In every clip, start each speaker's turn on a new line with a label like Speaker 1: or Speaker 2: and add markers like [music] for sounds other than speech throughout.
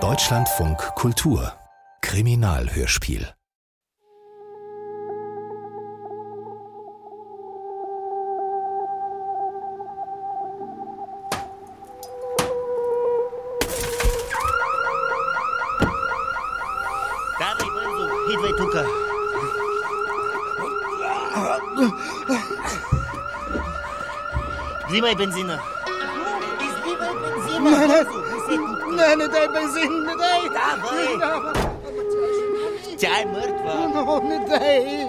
Speaker 1: Deutschlandfunk Kultur Kriminalhörspiel
Speaker 2: Дарай бързо, идвай тука. Взимай бензина. Изливай бензина.
Speaker 3: Не, не.
Speaker 2: бързо, не се тупка.
Speaker 3: Не, не дай бензин, не дай!
Speaker 2: Да, бе.
Speaker 3: Не дава.
Speaker 2: Тя е мъртва.
Speaker 3: Но не дай!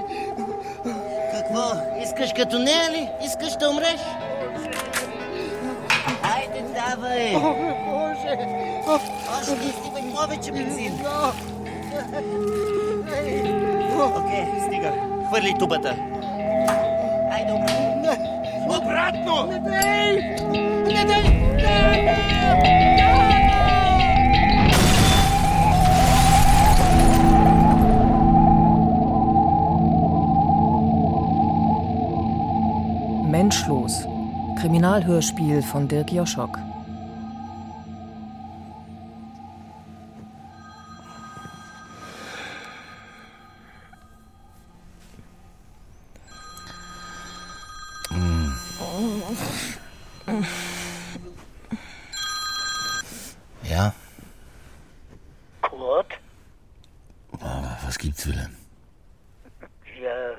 Speaker 2: Какво? Искаш като нея ли? Искаш да умреш? Айде, давай.
Speaker 3: О, Боже! О,
Speaker 2: Още изливай повече бензин.
Speaker 3: но. Ей, о,
Speaker 2: Окей, стига. Хвърли тубата. Айде, обратно.
Speaker 3: Не,
Speaker 2: Обратно!
Speaker 3: не дай! Не дай! Не дай!
Speaker 4: Menschlos. Kriminalhörspiel von Dirk Joschok.
Speaker 1: Ja,
Speaker 5: Kurt,
Speaker 1: aber was gibt's, Wille?
Speaker 5: wir,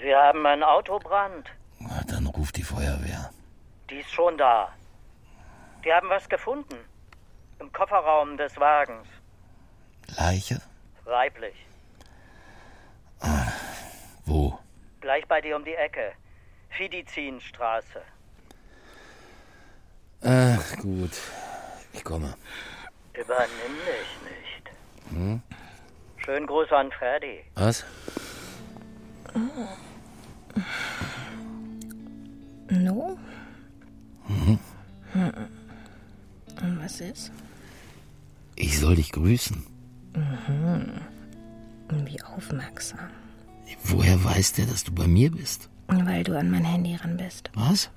Speaker 5: wir haben einen Autobrand.
Speaker 1: Na, dann ruft die Feuerwehr.
Speaker 5: Die ist schon da. Die haben was gefunden. Im Kofferraum des Wagens.
Speaker 1: Leiche?
Speaker 5: Weiblich.
Speaker 1: Wo?
Speaker 5: Gleich bei dir um die Ecke. Fidizinstraße.
Speaker 1: Ach, Äh, gut. Ich komme.
Speaker 5: Übernimm dich nicht. Schönen Gruß an Freddy.
Speaker 1: Hm? Was?
Speaker 6: No?
Speaker 1: Mhm.
Speaker 6: Und was ist?
Speaker 1: Ich soll dich grüßen.
Speaker 6: Wie Hm. aufmerksam.
Speaker 1: Woher weiß der, dass du bei mir bist?
Speaker 6: Weil du an mein Handy ran bist.
Speaker 1: Was?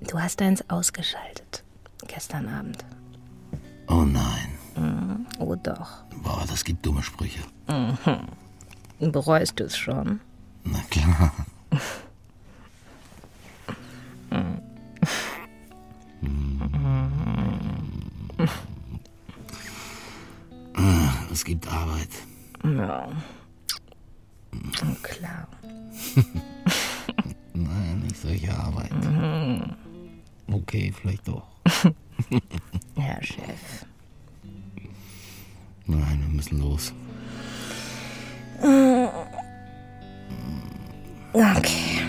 Speaker 6: Du hast eins ausgeschaltet. Gestern Abend.
Speaker 1: Oh nein.
Speaker 6: Oh doch.
Speaker 1: Boah, das gibt dumme Sprüche.
Speaker 4: Mhm.
Speaker 6: Bereust du es schon?
Speaker 1: Na klar. [laughs] Es gibt Arbeit.
Speaker 6: Ja.
Speaker 1: [laughs]
Speaker 6: Klar.
Speaker 1: Nein, nicht solche Arbeit.
Speaker 6: Mhm.
Speaker 1: Okay, vielleicht
Speaker 6: [laughs]
Speaker 1: doch.
Speaker 6: Herr Chef.
Speaker 1: Nein, wir müssen los.
Speaker 6: Okay.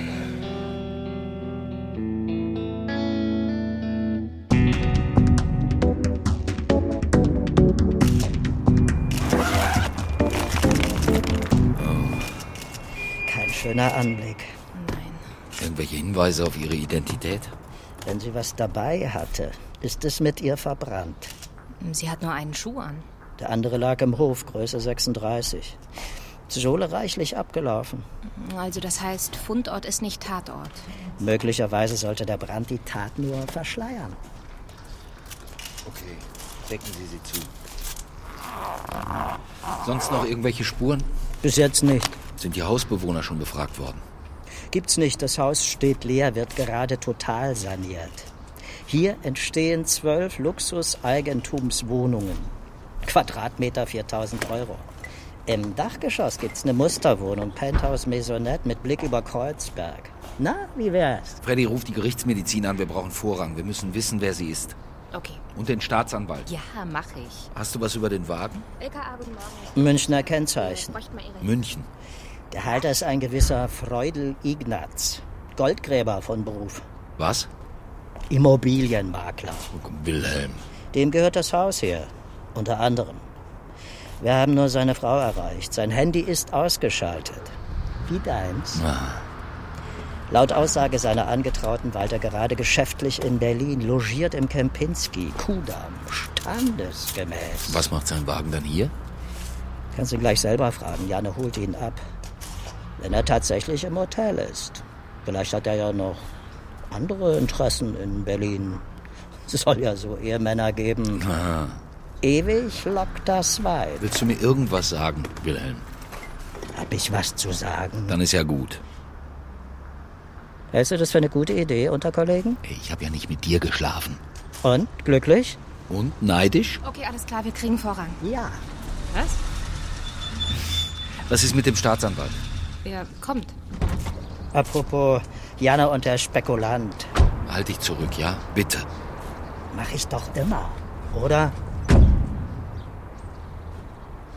Speaker 3: Kein schöner Anblick.
Speaker 7: Irgendwelche Hinweise auf ihre Identität?
Speaker 3: Wenn sie was dabei hatte, ist es mit ihr verbrannt.
Speaker 4: Sie hat nur einen Schuh an.
Speaker 3: Der andere lag im Hof, Größe 36. Sohle reichlich abgelaufen.
Speaker 4: Also das heißt, Fundort ist nicht Tatort.
Speaker 3: Möglicherweise sollte der Brand die Tat nur verschleiern.
Speaker 7: Okay, decken Sie sie zu. Sonst noch irgendwelche Spuren?
Speaker 3: Bis jetzt nicht.
Speaker 7: Sind die Hausbewohner schon befragt worden?
Speaker 3: Gibt's nicht. Das Haus steht leer, wird gerade total saniert. Hier entstehen zwölf Luxus-Eigentumswohnungen. Quadratmeter 4000 Euro. Im Dachgeschoss gibt's eine Musterwohnung, Penthouse Maisonette mit Blick über Kreuzberg. Na, wie wär's?
Speaker 7: Freddy ruft die Gerichtsmedizin an, wir brauchen Vorrang. Wir müssen wissen, wer sie ist.
Speaker 4: Okay.
Speaker 7: Und den Staatsanwalt.
Speaker 4: Ja, mach ich.
Speaker 7: Hast du was über den Wagen?
Speaker 4: LKA, guten Morgen.
Speaker 3: Münchner Kennzeichen.
Speaker 4: Bräuchte mal Ihre...
Speaker 7: München.
Speaker 3: Der Halter ist ein gewisser Freudel Ignaz. Goldgräber von Beruf.
Speaker 7: Was?
Speaker 3: Immobilienmakler.
Speaker 7: Wilhelm.
Speaker 3: Dem gehört das Haus hier, unter anderem. Wir haben nur seine Frau erreicht. Sein Handy ist ausgeschaltet. Wie deins.
Speaker 1: Ah.
Speaker 3: Laut Aussage seiner Angetrauten war er gerade geschäftlich in Berlin, logiert im Kempinski, Kudamm, standesgemäß.
Speaker 7: Was macht sein Wagen dann hier?
Speaker 3: Kannst du gleich selber fragen. Janne holt ihn ab. Wenn er tatsächlich im Hotel ist. Vielleicht hat er ja noch andere Interessen in Berlin. [laughs] Es soll ja so Ehemänner geben. Ewig lockt das Weib.
Speaker 7: Ah. Willst du mir irgendwas sagen, Wilhelm?
Speaker 3: Hab ich was zu sagen?
Speaker 7: Dann ist ja gut.
Speaker 3: Hältst du das für eine gute Idee unter Kollegen?
Speaker 7: Ey, ich habe ja nicht mit dir geschlafen.
Speaker 3: Und? Glücklich?
Speaker 7: Und neidisch?
Speaker 6: Okay, alles klar, wir kriegen Vorrang.
Speaker 3: Ja.
Speaker 6: Was?
Speaker 7: Was ist mit dem Staatsanwalt?
Speaker 6: Er kommt.
Speaker 3: Apropos Jana und der Spekulant.
Speaker 7: Halt dich zurück, ja? Bitte.
Speaker 3: Mach ich doch immer, oder?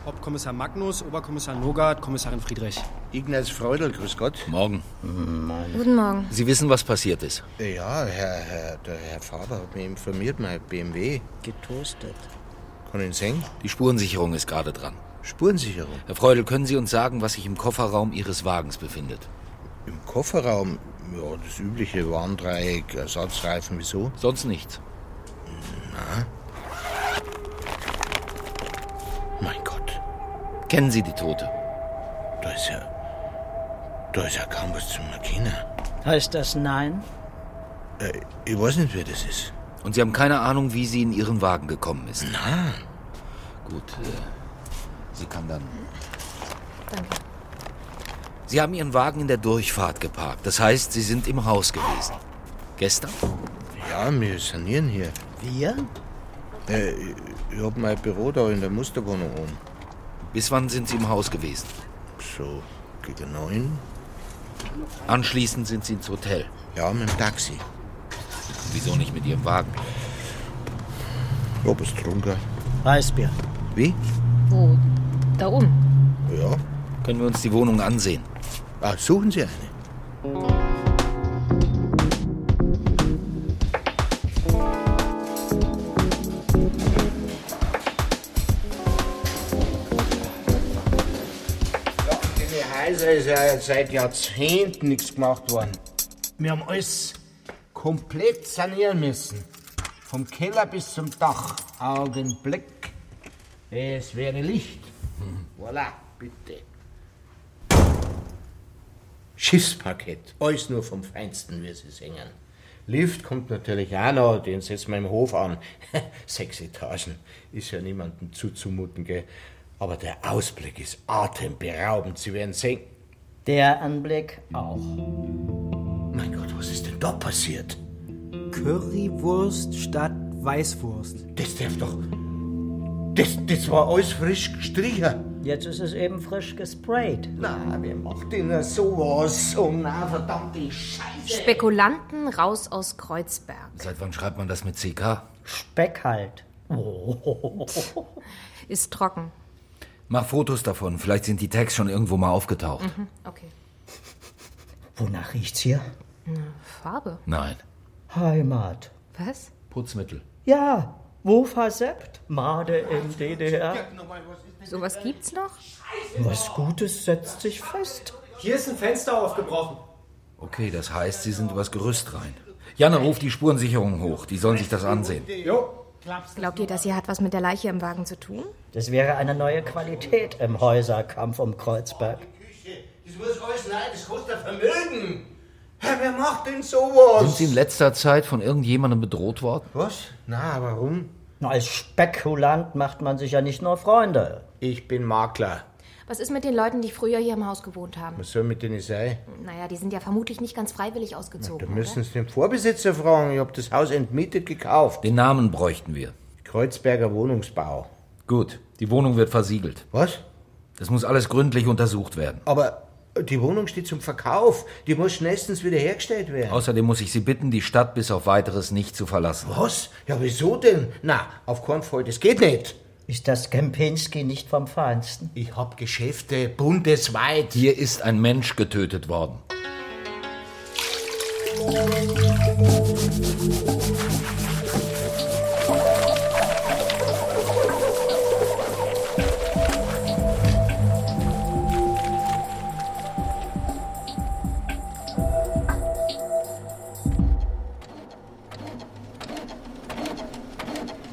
Speaker 8: Hauptkommissar Magnus, Oberkommissar Nogat, Kommissarin Friedrich.
Speaker 9: Ignaz Freudel, grüß Gott.
Speaker 7: Morgen.
Speaker 6: Guten Morgen.
Speaker 7: Sie wissen, was passiert ist.
Speaker 9: Ja, Herr, Herr, der Herr Faber hat mich informiert, mein BMW.
Speaker 3: Getoastet.
Speaker 9: Kann ihn sehen?
Speaker 7: Die Spurensicherung ist gerade dran.
Speaker 9: Spurensicherung.
Speaker 7: Herr Freudel, können Sie uns sagen, was sich im Kofferraum Ihres Wagens befindet?
Speaker 9: Im Kofferraum, ja, das übliche Warndreieck, Ersatzreifen, wieso?
Speaker 7: Sonst nichts.
Speaker 9: Mein Gott,
Speaker 7: Kennen Sie die Tote?
Speaker 9: da ist ja. Da ist ja kaum was zum Erkennen.
Speaker 3: Heißt das Nein?
Speaker 9: Äh, ich weiß nicht, wer das ist.
Speaker 7: Und Sie haben keine Ahnung, wie sie in Ihren Wagen gekommen ist. Na. Gut, äh, sie kann dann. Danke. Sie haben Ihren Wagen in der Durchfahrt geparkt. Das heißt, Sie sind im Haus gewesen. Gestern?
Speaker 9: Ja, wir sanieren hier.
Speaker 3: Wir?
Speaker 9: Äh, ich- ich hab mein Büro da in der Musterwohnung um.
Speaker 7: Bis wann sind Sie im Haus gewesen?
Speaker 9: So, gegen neun?
Speaker 7: Anschließend sind Sie ins Hotel.
Speaker 9: Ja, mit dem Taxi.
Speaker 7: Wieso nicht mit Ihrem Wagen?
Speaker 9: Ich hab es getrunken.
Speaker 3: Weißbier.
Speaker 9: Wie?
Speaker 6: Wo? Da oben.
Speaker 9: Ja.
Speaker 7: Können wir uns die Wohnung ansehen?
Speaker 9: Ah, suchen Sie eine.
Speaker 10: Die Häuser ist ja seit Jahrzehnten nichts gemacht worden. Wir haben alles komplett sanieren müssen. Vom Keller bis zum Dach. Augenblick. Es wäre Licht. Voilà, bitte. Schiffsparkett. Alles nur vom Feinsten, wie Sie singen. Lift kommt natürlich auch noch, den setzen wir im Hof an. [laughs] Sechs Etagen ist ja niemandem zuzumuten, gell? Aber der Ausblick ist atemberaubend. Sie werden sehen.
Speaker 3: Der Anblick auch.
Speaker 10: Mein Gott, was ist denn da passiert?
Speaker 8: Currywurst statt Weißwurst.
Speaker 10: Das darf doch. Das, das war alles frisch gestrichen.
Speaker 3: Jetzt ist es eben frisch gesprayt.
Speaker 10: Na, wer macht denn da sowas? Oh na, verdammte Scheiße.
Speaker 6: Spekulanten raus aus Kreuzberg.
Speaker 7: Seit wann schreibt man das mit CK?
Speaker 3: Speck halt.
Speaker 6: Ist trocken.
Speaker 7: Mach Fotos davon. Vielleicht sind die Tags schon irgendwo mal aufgetaucht.
Speaker 6: Mhm. Okay.
Speaker 3: Wonach riecht's hier?
Speaker 6: Farbe.
Speaker 7: Nein.
Speaker 3: Heimat.
Speaker 6: Was?
Speaker 7: Putzmittel.
Speaker 3: Ja, wo versäppt? Made im DDR.
Speaker 6: Sowas gibt's noch?
Speaker 3: Was Gutes setzt sich fest.
Speaker 8: Hier ist ein Fenster aufgebrochen.
Speaker 7: Okay, das heißt, Sie sind übers Gerüst rein. Janne, ruf die Spurensicherung hoch. Die sollen sich das ansehen.
Speaker 6: Glaubt ihr, das hier hat was mit der Leiche im Wagen zu tun?
Speaker 3: Das wäre eine neue Qualität im Häuserkampf um Kreuzberg.
Speaker 10: Das muss alles rein, das kostet ein Vermögen. Hä, wer macht denn sowas?
Speaker 7: Sind Sie in letzter Zeit von irgendjemandem bedroht worden?
Speaker 10: Was? Na, warum?
Speaker 3: Na, Als Spekulant macht man sich ja nicht nur Freunde.
Speaker 10: Ich bin Makler.
Speaker 6: Was ist mit den Leuten, die früher hier im Haus gewohnt haben?
Speaker 10: Was soll mit denen sein?
Speaker 6: Naja, die sind ja vermutlich nicht ganz freiwillig
Speaker 10: Da
Speaker 6: ausgezogen.
Speaker 10: müssen Sie den Vorbesitzer fragen. Ich hab das Haus entmietet gekauft.
Speaker 7: Den Namen bräuchten wir.
Speaker 10: Kreuzberger Wohnungsbau.
Speaker 7: Gut, die Wohnung wird versiegelt.
Speaker 10: Was?
Speaker 7: Das muss alles gründlich untersucht werden.
Speaker 10: Aber die Wohnung steht zum Verkauf. Die muss schnellstens wieder hergestellt werden.
Speaker 7: Außerdem muss ich Sie bitten, die Stadt bis auf weiteres nicht zu verlassen.
Speaker 10: Was? Ja, wieso denn? Na, auf keinen Fall, das geht nicht.
Speaker 3: Ist das Kempinski nicht vom Feinsten?
Speaker 10: Ich hab Geschäfte bundesweit.
Speaker 7: Hier ist ein Mensch getötet worden.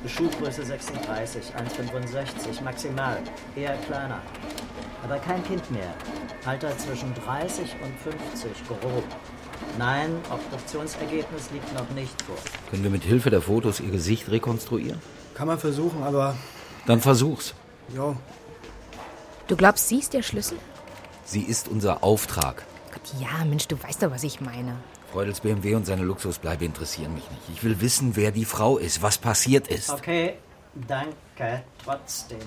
Speaker 3: Schuhgröße 36, 1,65 maximal. Eher kleiner. Aber kein Kind mehr. Alter zwischen 30 und 50, grob. Nein, Obduktionsergebnis liegt noch nicht vor.
Speaker 7: Können wir mit Hilfe der Fotos ihr Gesicht rekonstruieren?
Speaker 8: Kann man versuchen, aber
Speaker 7: Dann versuch's.
Speaker 8: jo,
Speaker 1: Du glaubst, sie ist der Schlüssel?
Speaker 7: Sie ist unser Auftrag.
Speaker 1: Gott, ja, Mensch, du weißt doch, was ich meine.
Speaker 7: Freudels BMW und seine Luxusbleibe interessieren mich nicht. Ich will wissen, wer die Frau ist, was passiert ist.
Speaker 3: Okay, danke. Trotzdem.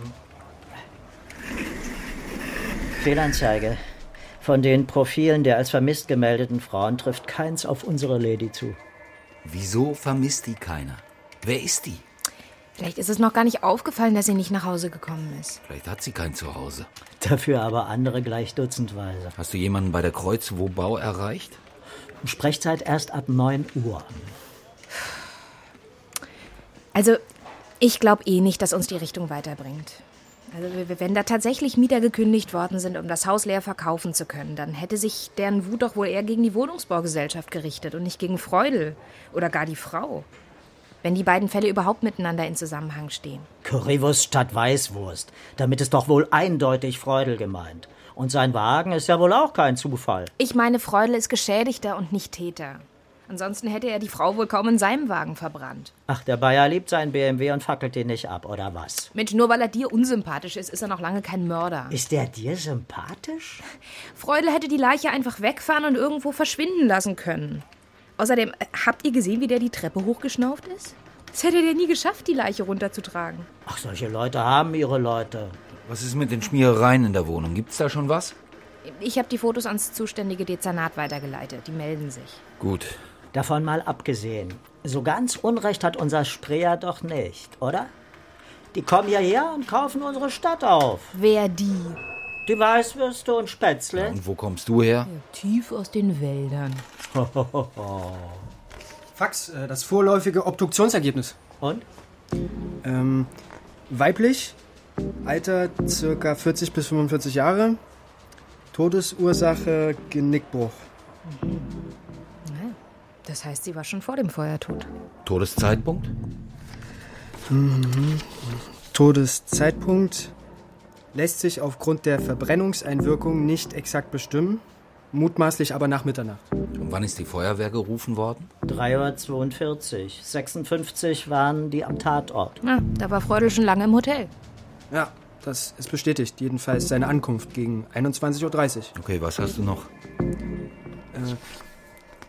Speaker 3: Fehlanzeige. Von den Profilen der als vermisst gemeldeten Frauen trifft keins auf unsere Lady zu.
Speaker 7: Wieso vermisst die keiner? Wer ist die?
Speaker 6: Vielleicht ist es noch gar nicht aufgefallen, dass sie nicht nach Hause gekommen ist.
Speaker 7: Vielleicht hat sie kein Zuhause.
Speaker 3: Dafür aber andere gleich dutzendweise.
Speaker 7: Hast du jemanden bei der Kreuzwobau erreicht?
Speaker 3: Sprechzeit erst ab 9 Uhr.
Speaker 6: Also, ich glaube eh nicht, dass uns die Richtung weiterbringt. Also, w- wenn da tatsächlich Mieter gekündigt worden sind, um das Haus leer verkaufen zu können, dann hätte sich deren Wut doch wohl eher gegen die Wohnungsbaugesellschaft gerichtet und nicht gegen Freudel oder gar die Frau. Wenn die beiden Fälle überhaupt miteinander in Zusammenhang stehen.
Speaker 3: Currywurst statt Weißwurst. Damit ist doch wohl eindeutig Freudel gemeint. Und sein Wagen ist ja wohl auch kein Zufall.
Speaker 6: Ich meine, Freudel ist Geschädigter und nicht Täter. Ansonsten hätte er die Frau wohl kaum in seinem Wagen verbrannt.
Speaker 3: Ach, der Bayer liebt seinen BMW und fackelt ihn nicht ab, oder was?
Speaker 6: Mensch, nur weil er dir unsympathisch ist, ist er noch lange kein Mörder.
Speaker 3: Ist der dir sympathisch?
Speaker 6: Freudel hätte die Leiche einfach wegfahren und irgendwo verschwinden lassen können. Außerdem, äh, habt ihr gesehen, wie der die Treppe hochgeschnauft ist? Das hätte der nie geschafft, die Leiche runterzutragen.
Speaker 3: Ach, solche Leute haben ihre Leute.
Speaker 7: Was ist mit den Schmierereien in der Wohnung? Gibt's da schon was?
Speaker 6: Ich habe die Fotos ans zuständige Dezernat weitergeleitet. Die melden sich.
Speaker 7: Gut.
Speaker 3: Davon mal abgesehen. So ganz Unrecht hat unser Spreer doch nicht, oder? Die kommen hierher und kaufen unsere Stadt auf.
Speaker 6: Wer die?
Speaker 3: Die Weißwürste und Spätzle.
Speaker 7: Und wo kommst
Speaker 3: [laughs]
Speaker 7: du her?
Speaker 6: Tief aus den Wäldern.
Speaker 8: Fax, äh, das vorläufige Obduktionsergebnis.
Speaker 3: Und?
Speaker 8: Ähm, weiblich, Alter circa 40 bis 45 Jahre, Todesursache Genickbruch.
Speaker 6: Das heißt, sie war schon vor dem Feuer tot.
Speaker 7: Todeszeitpunkt?
Speaker 8: Mhm. Todeszeitpunkt lässt sich aufgrund der Verbrennungseinwirkung nicht exakt bestimmen, mutmaßlich aber nach Mitternacht.
Speaker 7: Und wann ist die Feuerwehr gerufen worden?
Speaker 3: 3.42 Uhr. 56 waren die am Tatort.
Speaker 6: Na, Ah, da war Freudel schon lange im Hotel.
Speaker 8: Ja, das ist bestätigt, jedenfalls seine Ankunft gegen 21.30 Uhr. Äh,
Speaker 7: Okay, was hast du noch?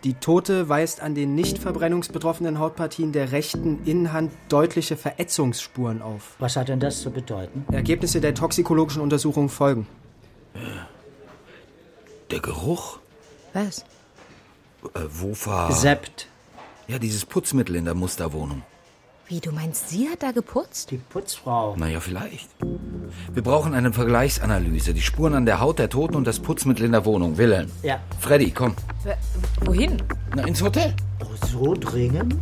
Speaker 8: Die Tote weist an den nicht verbrennungsbetroffenen Hautpartien der rechten Innenhand deutliche Verätzungsspuren auf.
Speaker 3: Was hat denn das zu bedeuten?
Speaker 8: Ergebnisse der toxikologischen Untersuchung folgen.
Speaker 7: Der Geruch?
Speaker 6: Was?
Speaker 7: Äh, Wofa.
Speaker 3: Sept.
Speaker 7: Ja, dieses Putzmittel in der Musterwohnung.
Speaker 6: Wie, du meinst, sie hat da geputzt?
Speaker 3: Die Putzfrau.
Speaker 7: Naja, vielleicht. Wir brauchen eine Vergleichsanalyse. Die Spuren an der Haut der Toten und das Putzmittel in der Wohnung. Wilhelm.
Speaker 3: Ja.
Speaker 7: Freddy, komm.
Speaker 6: Äh, Wohin?
Speaker 7: Na, ins Hotel.
Speaker 3: Oh, so dringend?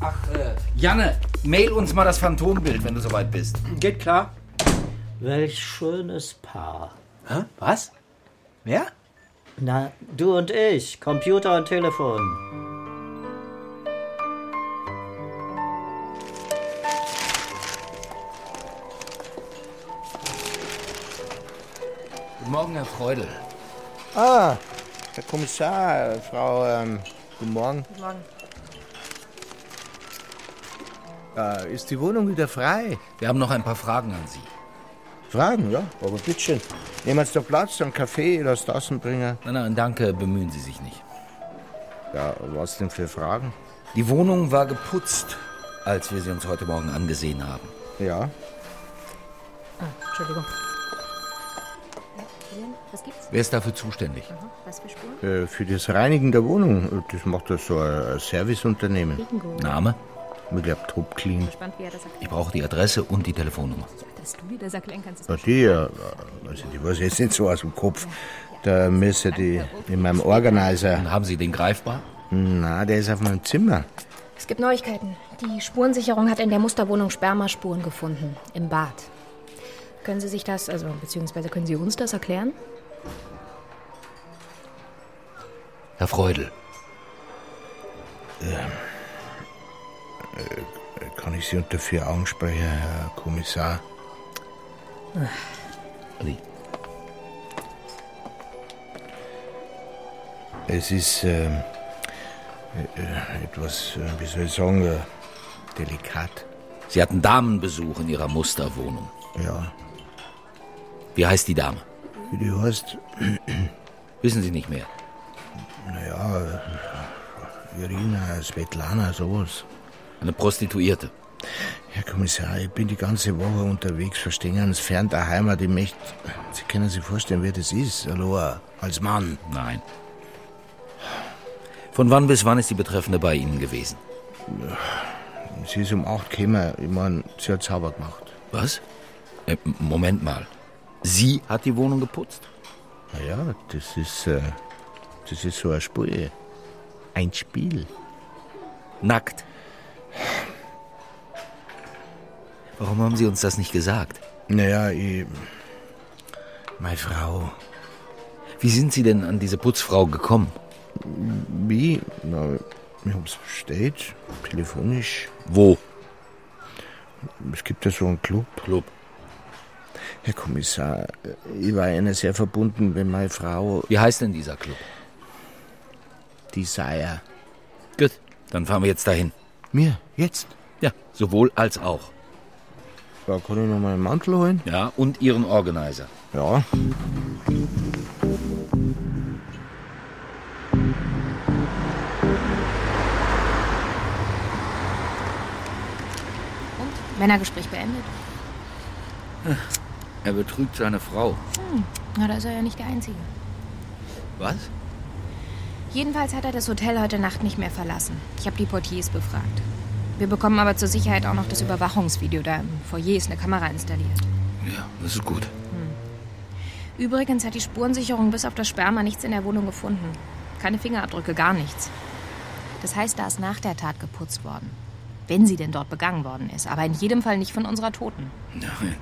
Speaker 7: Ach, äh, Janne, mail uns mal das Phantombild, wenn du soweit bist.
Speaker 8: Geht klar.
Speaker 3: Welch schönes Paar.
Speaker 7: Hä? Was? Wer?
Speaker 3: Na, du und ich. Computer und Telefon.
Speaker 7: Guten Morgen, Herr Freudel.
Speaker 10: Ah, Herr Kommissar, Frau, ähm, guten Morgen. Guten Morgen. Äh, ist die Wohnung wieder frei?
Speaker 7: Wir haben noch ein paar Fragen an Sie.
Speaker 10: Fragen, ja, aber bitteschön. Nehmen Sie doch Platz, dann Kaffee oder das Tassenbringer.
Speaker 7: Nein, nein, danke, bemühen Sie sich nicht.
Speaker 10: Ja, was denn für Fragen?
Speaker 7: Die Wohnung war geputzt, als wir sie uns heute Morgen angesehen haben.
Speaker 10: Ja,
Speaker 1: Ah, Entschuldigung. Äh, Was gibt's?
Speaker 7: Wer ist dafür zuständig?
Speaker 1: Was für Spuren?
Speaker 10: äh, für das Reinigen der Wohnung, das macht das so ein ein Serviceunternehmen.
Speaker 1: Bingo.
Speaker 7: Name?
Speaker 10: Ich glaube, Top Clean.
Speaker 1: Gespannt, wie er das erklärt.
Speaker 7: Ich brauche die Adresse und die Telefonnummer.
Speaker 1: Ja, dass du dir das erklären kannst, ist
Speaker 10: Ja, die, ja, also die weiß ich jetzt nicht so aus dem Kopf. Da müsste die in meinem Organizer.
Speaker 7: Und haben Sie den greifbar?
Speaker 10: Na, der ist auf meinem Zimmer.
Speaker 1: Es gibt Neuigkeiten. Die Spurensicherung hat in der Musterwohnung Spermaspuren gefunden. Im Bad. Können Sie sich das, also beziehungsweise können Sie uns das erklären?
Speaker 7: Herr Freudel.
Speaker 10: Äh, Kann ich Sie unter vier Augen sprechen, Herr Kommissar?
Speaker 7: Wie?
Speaker 10: Es ist ähm, äh, äh, etwas, äh, wie soll ich sagen, äh, delikat.
Speaker 7: Sie hatten Damenbesuch in ihrer Musterwohnung.
Speaker 10: Ja.
Speaker 7: Wie heißt die Dame?
Speaker 10: Wie die heißt?
Speaker 7: [clears throat] Wissen Sie nicht mehr.
Speaker 10: Naja, äh, Irina, Svetlana, sowas.
Speaker 7: Eine Prostituierte.
Speaker 10: Herr Kommissar, ich bin die ganze Woche unterwegs, verstehen Sie, fern der Heimat. Ich möchte, Sie können sich vorstellen, wer das ist, hallo, als Mann.
Speaker 7: Nein. Von wann bis wann ist die Betreffende bei Ihnen gewesen?
Speaker 10: Sie ist um acht gekommen, ich meine, sie hat sauber gemacht.
Speaker 7: Was? Äh, M- Moment mal. Sie hat die Wohnung geputzt?
Speaker 10: Naja, das ist, äh, das ist so ein
Speaker 7: Äh,
Speaker 10: Spiel. Ein Spiel.
Speaker 7: Nackt. Warum haben Sie uns das nicht gesagt?
Speaker 10: Naja, eh, ich, meine Frau,
Speaker 7: Wie sind Sie denn an diese Putzfrau gekommen?
Speaker 10: wie? Na, ich hab's bestellt, telefonisch.
Speaker 7: Wo?
Speaker 10: Es gibt ja so einen Club.
Speaker 7: Club.
Speaker 10: Herr Kommissar, ich war einer sehr verbunden, wenn meine Frau
Speaker 7: Wie heißt denn dieser Club?
Speaker 10: Desire.
Speaker 7: Gut, dann fahren wir jetzt dahin.
Speaker 10: Mir, jetzt?
Speaker 7: Ja, sowohl als auch.
Speaker 10: Ja, kann ich noch meinen Mantel holen?
Speaker 7: Ja, und Ihren Organizer.
Speaker 10: Ja.
Speaker 6: Männergespräch beendet.
Speaker 7: Er betrügt seine Frau.
Speaker 1: Hm,
Speaker 6: Na, da ist er ja nicht der Einzige.
Speaker 7: Was?
Speaker 6: Jedenfalls hat er das Hotel heute Nacht nicht mehr verlassen. Ich habe die Portiers befragt. Wir bekommen aber zur Sicherheit auch noch das Überwachungsvideo. Da im Foyer ist eine Kamera installiert.
Speaker 7: Ja, das ist gut.
Speaker 6: Hm. Übrigens hat die Spurensicherung bis auf das Sperma nichts in der Wohnung gefunden. Keine Fingerabdrücke, gar nichts. Das heißt, da ist nach der Tat geputzt worden. Wenn sie denn dort begangen worden ist. Aber in jedem Fall nicht von unserer Toten.
Speaker 7: Nein,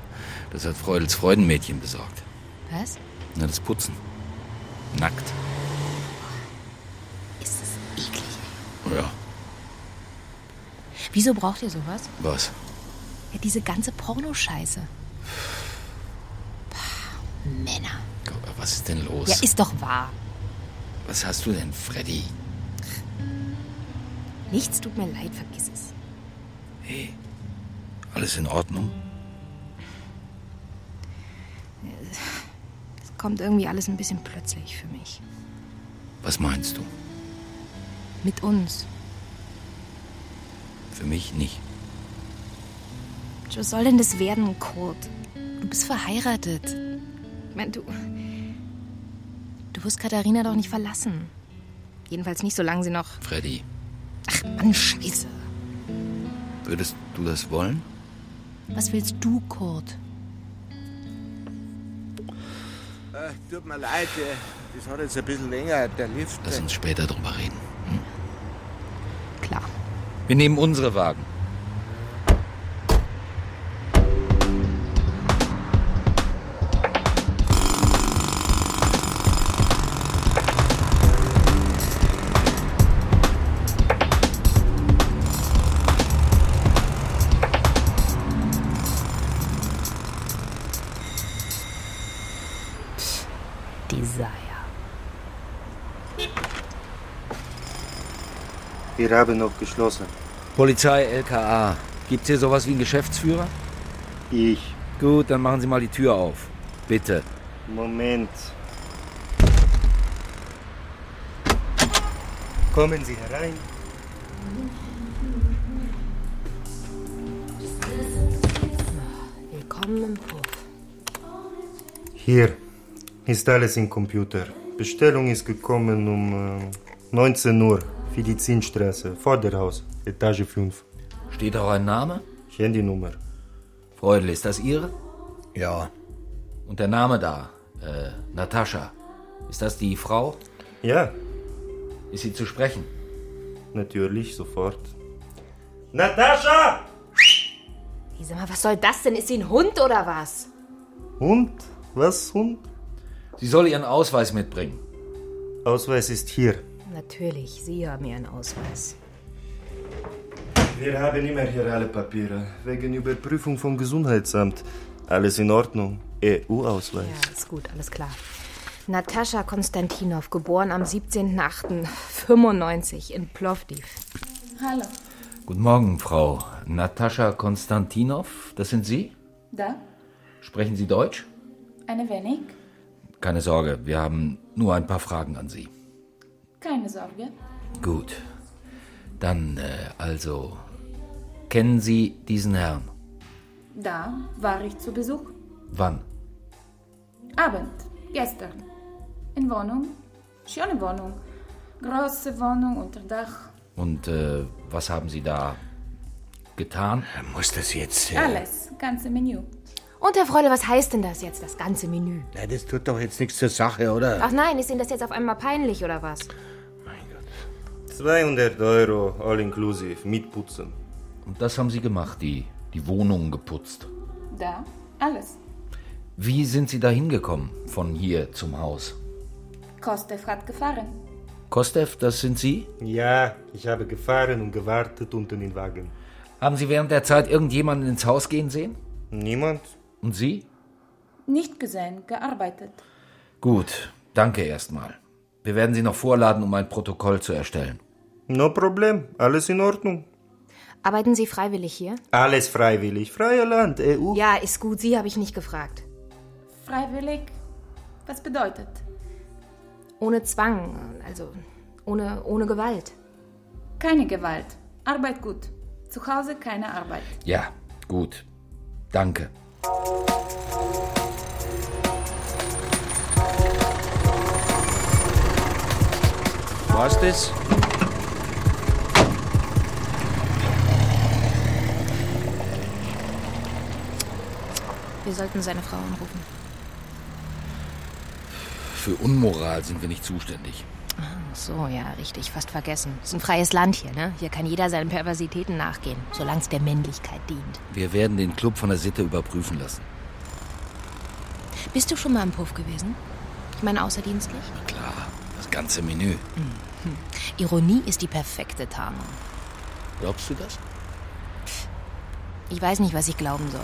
Speaker 7: das hat Freudels Freudenmädchen besorgt.
Speaker 6: Was?
Speaker 7: Na, das Putzen. Nackt.
Speaker 6: Ist das eklig.
Speaker 7: Ja,
Speaker 6: Wieso braucht ihr sowas?
Speaker 7: was?
Speaker 6: Ja, diese ganze Pornoscheiße. Pah, Männer.
Speaker 7: Gott, aber Was ist denn los?
Speaker 6: Ja, ist doch wahr.
Speaker 7: was hast du denn, Freddy?
Speaker 6: Nichts tut mir leid, vergiss es.
Speaker 7: Hey, alles in Ordnung?
Speaker 6: Es kommt irgendwie alles ein bisschen plötzlich für mich.
Speaker 7: Was meinst du?
Speaker 6: Mit uns.
Speaker 7: Für mich nicht.
Speaker 6: Was soll denn das werden, Kurt? Du bist verheiratet. Ich meine, du. Du wirst Katharina doch nicht verlassen. Jedenfalls nicht, solange sie noch.
Speaker 7: Freddy,
Speaker 6: Ach, Mann, Scheiße.
Speaker 7: würdest du das wollen?
Speaker 6: Was willst du, Kurt?
Speaker 10: tut mir leid, äh, das hat jetzt ein bisschen länger, der Lift.
Speaker 7: Lass uns später drüber reden. hm?
Speaker 6: Klar.
Speaker 7: Wir nehmen unsere Wagen.
Speaker 6: Desire.
Speaker 11: Wir haben noch geschlossen.
Speaker 7: Polizei, LKA. Gibt's hier sowas wie einen Geschäftsführer?
Speaker 11: Ich.
Speaker 7: Gut, dann machen Sie mal die Tür auf. Bitte.
Speaker 11: Moment. Kommen Sie herein.
Speaker 6: Willkommen im Puff.
Speaker 11: Hier ist alles im Computer. Bestellung ist gekommen um äh, 19 Uhr. Fidizinstraße, Vorderhaus, Etage 5.
Speaker 7: Steht auch ein Name?
Speaker 11: Handynummer.
Speaker 7: Freudel, ist das Ihre?
Speaker 10: Ja,
Speaker 7: Und der Name da, äh, Natascha. Ist das die Frau?
Speaker 11: Ja,
Speaker 7: Ist sie zu sprechen?
Speaker 11: natürlich, sofort. Natascha!
Speaker 6: Hey, sag mal, was soll das denn? Ist sie ein Hund oder was?
Speaker 11: Hund? Was, Hund?
Speaker 7: Sie soll ihren Ausweis mitbringen.
Speaker 11: Ausweis ist hier.
Speaker 6: Natürlich, Sie haben ihren Ausweis.
Speaker 11: Wir haben immer hier alle Papiere. Wegen Überprüfung E vom Gesundheitsamt. Alles in Ordnung. EU-Ausweis.
Speaker 6: Ja, ist gut, alles klar.
Speaker 12: Natascha Konstantinov, geboren am 17.08.95 in Plovdiv.
Speaker 13: Hallo.
Speaker 7: Guten Morgen, Frau Natascha Konstantinov. Das sind Sie?
Speaker 13: Da?
Speaker 7: Sprechen Sie Deutsch?
Speaker 13: Eine wenig?
Speaker 7: Keine Sorge, wir haben nur ein paar Fragen an Sie.
Speaker 13: Keine Sorge.
Speaker 7: Gut. Dann äh, also, kennen Sie diesen Herrn?
Speaker 13: Da war ich zu Besuch.
Speaker 7: Wann?
Speaker 13: Abend. Gestern. In Wohnung. Schöne Wohnung. Große Wohnung unter Dach.
Speaker 7: Und äh, was haben Sie da getan?
Speaker 10: Muss das jetzt... äh,
Speaker 13: Alles. Ganze Menü.
Speaker 6: Und Herr Freule, was heißt denn das jetzt, das ganze Menü?
Speaker 10: Nein, das tut doch jetzt nichts zur Sache, oder?
Speaker 6: Ach nein, ist Ihnen das jetzt auf einmal peinlich oder was?
Speaker 11: 200 Euro all inclusive mit Putzen.
Speaker 7: Und das haben Sie gemacht, die, die Wohnung geputzt.
Speaker 13: Da? Alles.
Speaker 7: Wie sind Sie da hingekommen, von hier zum Haus?
Speaker 13: Kostev hat gefahren.
Speaker 7: Kostev, das sind Sie?
Speaker 11: Ja, ich habe gefahren und gewartet unter den Wagen.
Speaker 7: Haben Sie während der Zeit irgendjemanden ins Haus gehen sehen?
Speaker 11: Niemand.
Speaker 7: Und Sie?
Speaker 13: Nicht gesehen, gearbeitet.
Speaker 7: Gut, danke erstmal. Wir werden Sie noch vorladen, um ein Protokoll zu erstellen.
Speaker 11: No problem, alles in Ordnung.
Speaker 6: Arbeiten Sie freiwillig hier?
Speaker 11: Alles freiwillig, freier Land, E- EU.
Speaker 6: Ja, ist gut, Sie habe ich nicht gefragt.
Speaker 13: Freiwillig? Was bedeutet?
Speaker 6: Ohne Zwang, also ohne, ohne Gewalt.
Speaker 13: Keine Gewalt. Arbeit gut. Zu Hause keine Arbeit.
Speaker 7: Ja, gut. Danke.
Speaker 10: Was das?
Speaker 6: Wir sollten seine Frau anrufen.
Speaker 7: Für Unmoral sind wir nicht zuständig.
Speaker 6: Ach So, ja, richtig, fast vergessen. Ist ein freies Land hier, ne? Hier kann jeder seinen Perversitäten nachgehen, solange es der Männlichkeit dient.
Speaker 7: Wir werden den Club von der Sitte überprüfen lassen.
Speaker 6: Bist du schon mal im Puff gewesen? Ich meine, außerdienstlich?
Speaker 7: Klar, das ganze Menü.
Speaker 6: Hm. Ironie ist die perfekte Tarnung.
Speaker 7: Glaubst du das?
Speaker 6: Ich weiß nicht, was ich glauben soll.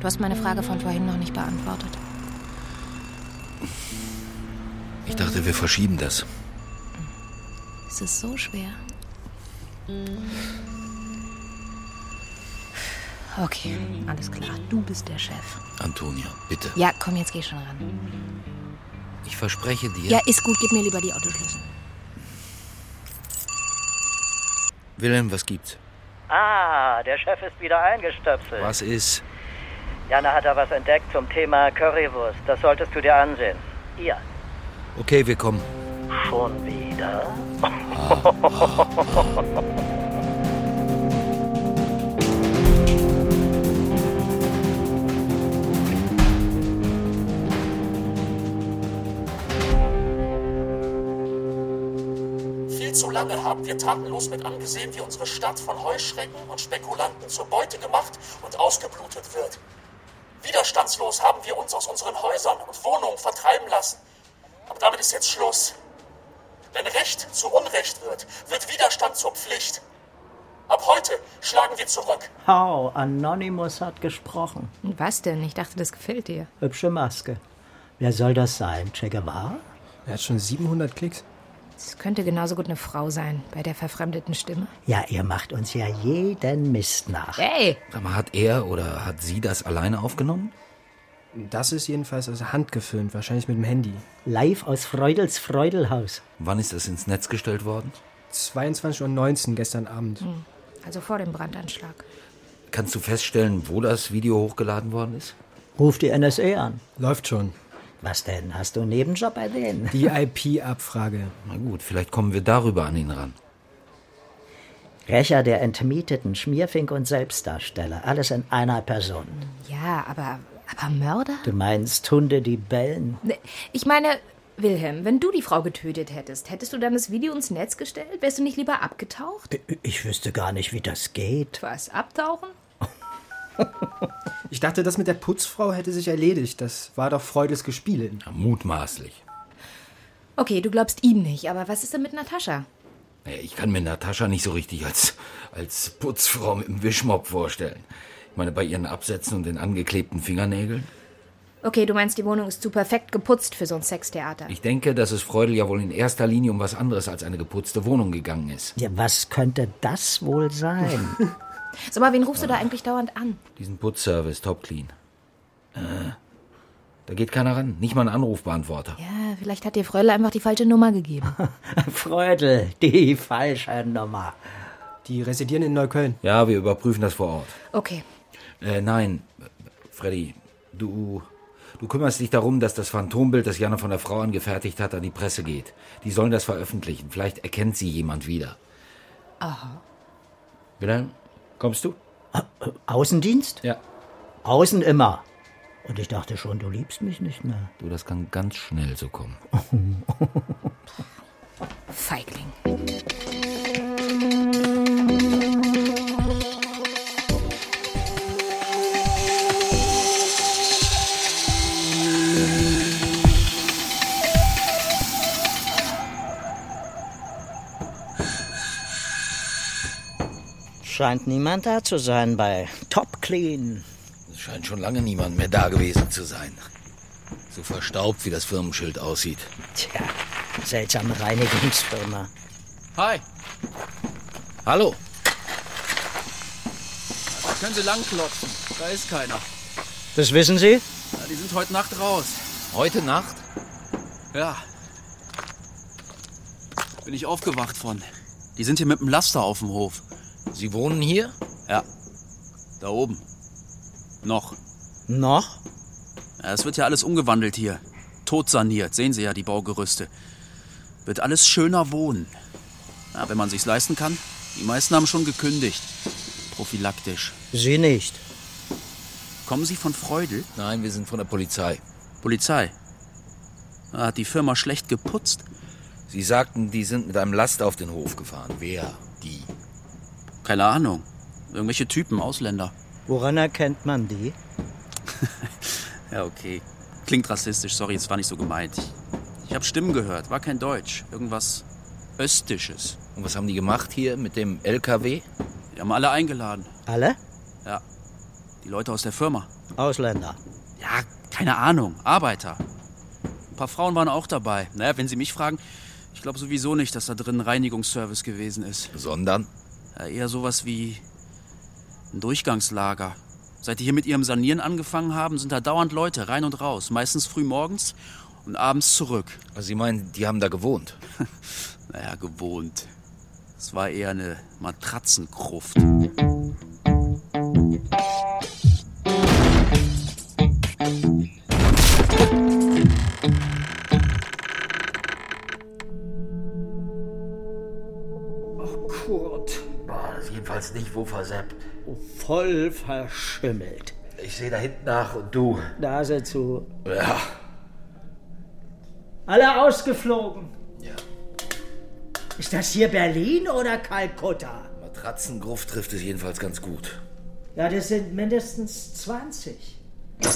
Speaker 6: Du hast meine Frage von vorhin noch nicht beantwortet.
Speaker 7: Ich dachte, wir verschieben das.
Speaker 6: Es ist so schwer. Okay, alles klar. Du bist der Chef.
Speaker 7: Antonia, bitte.
Speaker 6: Ja, komm, jetzt geh schon ran.
Speaker 7: Ich verspreche dir.
Speaker 6: Ja, ist gut. Gib mir lieber die Autoschlüssel.
Speaker 7: Wilhelm, was gibt's?
Speaker 5: Ah, der Chef ist wieder eingestöpselt.
Speaker 7: Was ist?
Speaker 5: Jana hat da was entdeckt zum Thema Currywurst. Das solltest du dir ansehen. Hier.
Speaker 7: Okay, wir kommen.
Speaker 5: Schon wieder?
Speaker 7: Ah.
Speaker 5: [laughs]
Speaker 1: Viel zu lange haben wir tatenlos mit angesehen, wie unsere Stadt von Heuschrecken und Spekulanten zur Beute gemacht und ausgeblutet wird. Widerstandslos haben wir uns aus unseren Häusern und Wohnungen vertreiben lassen. Aber damit ist jetzt Schluss. Wenn Recht zu Unrecht wird, wird Widerstand zur Pflicht. Ab heute schlagen wir zurück.
Speaker 14: Hau, Anonymous hat gesprochen.
Speaker 12: Was denn? Ich dachte, das gefällt dir.
Speaker 14: Hübsche Maske. Wer soll das sein? Che Guevara?
Speaker 8: Er hat schon 700 Klicks.
Speaker 12: Es könnte genauso gut eine Frau sein, bei der verfremdeten Stimme.
Speaker 14: Ja, ihr macht uns ja jeden Mist nach.
Speaker 12: Hey!
Speaker 7: Aber hat er oder hat sie das alleine aufgenommen?
Speaker 8: Das ist jedenfalls aus Hand gefilmt, wahrscheinlich mit dem Handy.
Speaker 14: Live aus Freudels Freudelhaus.
Speaker 7: Wann ist das ins Netz gestellt worden?
Speaker 8: 22.19 Uhr gestern Abend.
Speaker 12: Also vor dem Brandanschlag.
Speaker 7: Kannst du feststellen, wo das Video hochgeladen worden ist?
Speaker 14: Ruf die NSA an.
Speaker 8: Läuft schon.
Speaker 14: Was denn? Hast du einen Nebenjob bei denen? [laughs]
Speaker 8: Die IP-Abfrage.
Speaker 7: Na gut, vielleicht kommen wir darüber an ihn ran.
Speaker 14: Rächer der Entmieteten, Schmierfink und Selbstdarsteller. Alles in einer Person.
Speaker 12: Ja, aber, aber Mörder?
Speaker 14: Du meinst Hunde, die bellen?
Speaker 12: Ne, Ich meine, Wilhelm, wenn du die Frau getötet hättest, hättest du dann das Video ins Netz gestellt? Wärst du nicht lieber abgetaucht?
Speaker 14: Ich wüsste gar nicht, wie das geht.
Speaker 12: Was? Abtauchen?
Speaker 8: Ich dachte, das mit der Putzfrau hätte sich erledigt. Das war doch Freudels Gespielen.
Speaker 7: mutmaßlich.
Speaker 12: Okay, du glaubst ihm nicht, aber was ist denn mit Natascha?
Speaker 7: Naja, Ich kann mir Natascha nicht so richtig als, als Putzfrau mit dem Wischmopp vorstellen. Ich meine, bei ihren Absätzen und den angeklebten Fingernägeln.
Speaker 4: Okay, du meinst, die Wohnung ist zu perfekt geputzt für so ein Sextheater.
Speaker 7: Ich denke, dass es Freudel ja wohl in erster Linie um was anderes als eine geputzte Wohnung gegangen ist.
Speaker 3: Ja, was könnte das wohl sein?
Speaker 4: Sag mal, wen rufst du da eigentlich dauernd an?
Speaker 7: [laughs] Diesen Putzservice, Top Clean. Äh, da geht keiner ran, nicht mal ein Anrufbeantworter.
Speaker 4: Ja, vielleicht hat dir Frölle einfach die falsche
Speaker 14: [laughs]
Speaker 4: Nummer gegeben.
Speaker 3: Freudel, die falsche Nummer.
Speaker 8: Die residieren in Neukölln.
Speaker 7: Ja, wir überprüfen das vor Ort.
Speaker 4: Okay.
Speaker 7: Äh, nein, Freddy, du, du kümmerst dich darum, dass das Phantombild, das Jana von der Frau angefertigt hat, an die Presse geht. Die sollen das veröffentlichen. Vielleicht erkennt sie jemand wieder.
Speaker 4: Aha.
Speaker 7: Wieder? Kommst du?
Speaker 3: Äh, Außendienst?
Speaker 7: Ja.
Speaker 3: Außen immer. Und ich dachte schon, du liebst mich nicht mehr.
Speaker 7: Du, das kann ganz schnell so kommen.
Speaker 4: Feigling.
Speaker 3: Scheint niemand da zu sein bei Top Clean.
Speaker 7: Es [laughs] scheint schon lange niemand mehr da gewesen zu sein. So verstaubt, wie das Firmenschild aussieht.
Speaker 3: Tja, seltsame Reinigungsfirma.
Speaker 7: Hi. Hallo.
Speaker 15: Können Sie langklopfen. Da ist keiner.
Speaker 3: Das wissen Sie?
Speaker 15: Ja, die sind heute Nacht raus.
Speaker 7: Heute Nacht?
Speaker 15: Ja. Bin ich aufgewacht von. Die sind hier mit dem Laster auf dem Hof.
Speaker 7: Sie wohnen hier?
Speaker 15: Ja. Da oben. Noch.
Speaker 3: Noch?
Speaker 15: Ja, es wird ja alles umgewandelt hier. Totsaniert, sehen Sie ja die Baugerüste. Wird alles schöner wohnen. Ja, wenn man sich's leisten kann. Die meisten haben schon gekündigt. Prophylaktisch.
Speaker 3: Sie nicht.
Speaker 15: Kommen Sie von Freudel?
Speaker 7: Nein, wir sind von der Polizei.
Speaker 15: Polizei? Ah, Hat die Firma schlecht geputzt?
Speaker 7: Sie sagten, die sind mit einem Laster auf den Hof gefahren. Wer? Die.
Speaker 15: Keine Ahnung. Irgendwelche Typen, Ausländer.
Speaker 3: Woran erkennt man die?
Speaker 15: Ja, okay. Klingt rassistisch, sorry, es war nicht so gemeint. Ich, ich habe Stimmen gehört, war kein Deutsch. Irgendwas Östisches.
Speaker 7: Und was haben die gemacht hier mit dem LKW?
Speaker 15: Die haben alle eingeladen.
Speaker 3: Alle?
Speaker 15: Ja. Die Leute aus der Firma.
Speaker 3: Ausländer.
Speaker 15: Ja, keine Ahnung. Arbeiter. Ein paar Frauen waren auch dabei. Naja, wenn Sie mich fragen, ich glaube sowieso nicht, dass da drin ein Reinigungsservice gewesen ist.
Speaker 7: Sondern?
Speaker 15: Ja, eher sowas wie ein Durchgangslager. Seit die hier mit ihrem Sanieren angefangen haben, sind da dauernd Leute rein und raus. Meistens früh morgens und abends zurück.
Speaker 7: Also Sie meinen, die haben da
Speaker 15: [laughs]
Speaker 7: gewohnt?
Speaker 15: naja, gewohnt. Es war eher eine Matratzenkruft.
Speaker 3: Kurt,
Speaker 7: jedenfalls nicht wo verseppt.
Speaker 3: Oh, voll verschimmelt.
Speaker 7: Ich sehe da hinten nach und du.
Speaker 3: Nase zu.
Speaker 7: Ja.
Speaker 3: Alle ausgeflogen. Ist das hier Berlin oder Kalkutta?
Speaker 7: Matratzengruft trifft es jedenfalls ganz gut.
Speaker 3: Ja, das sind mindestens 20.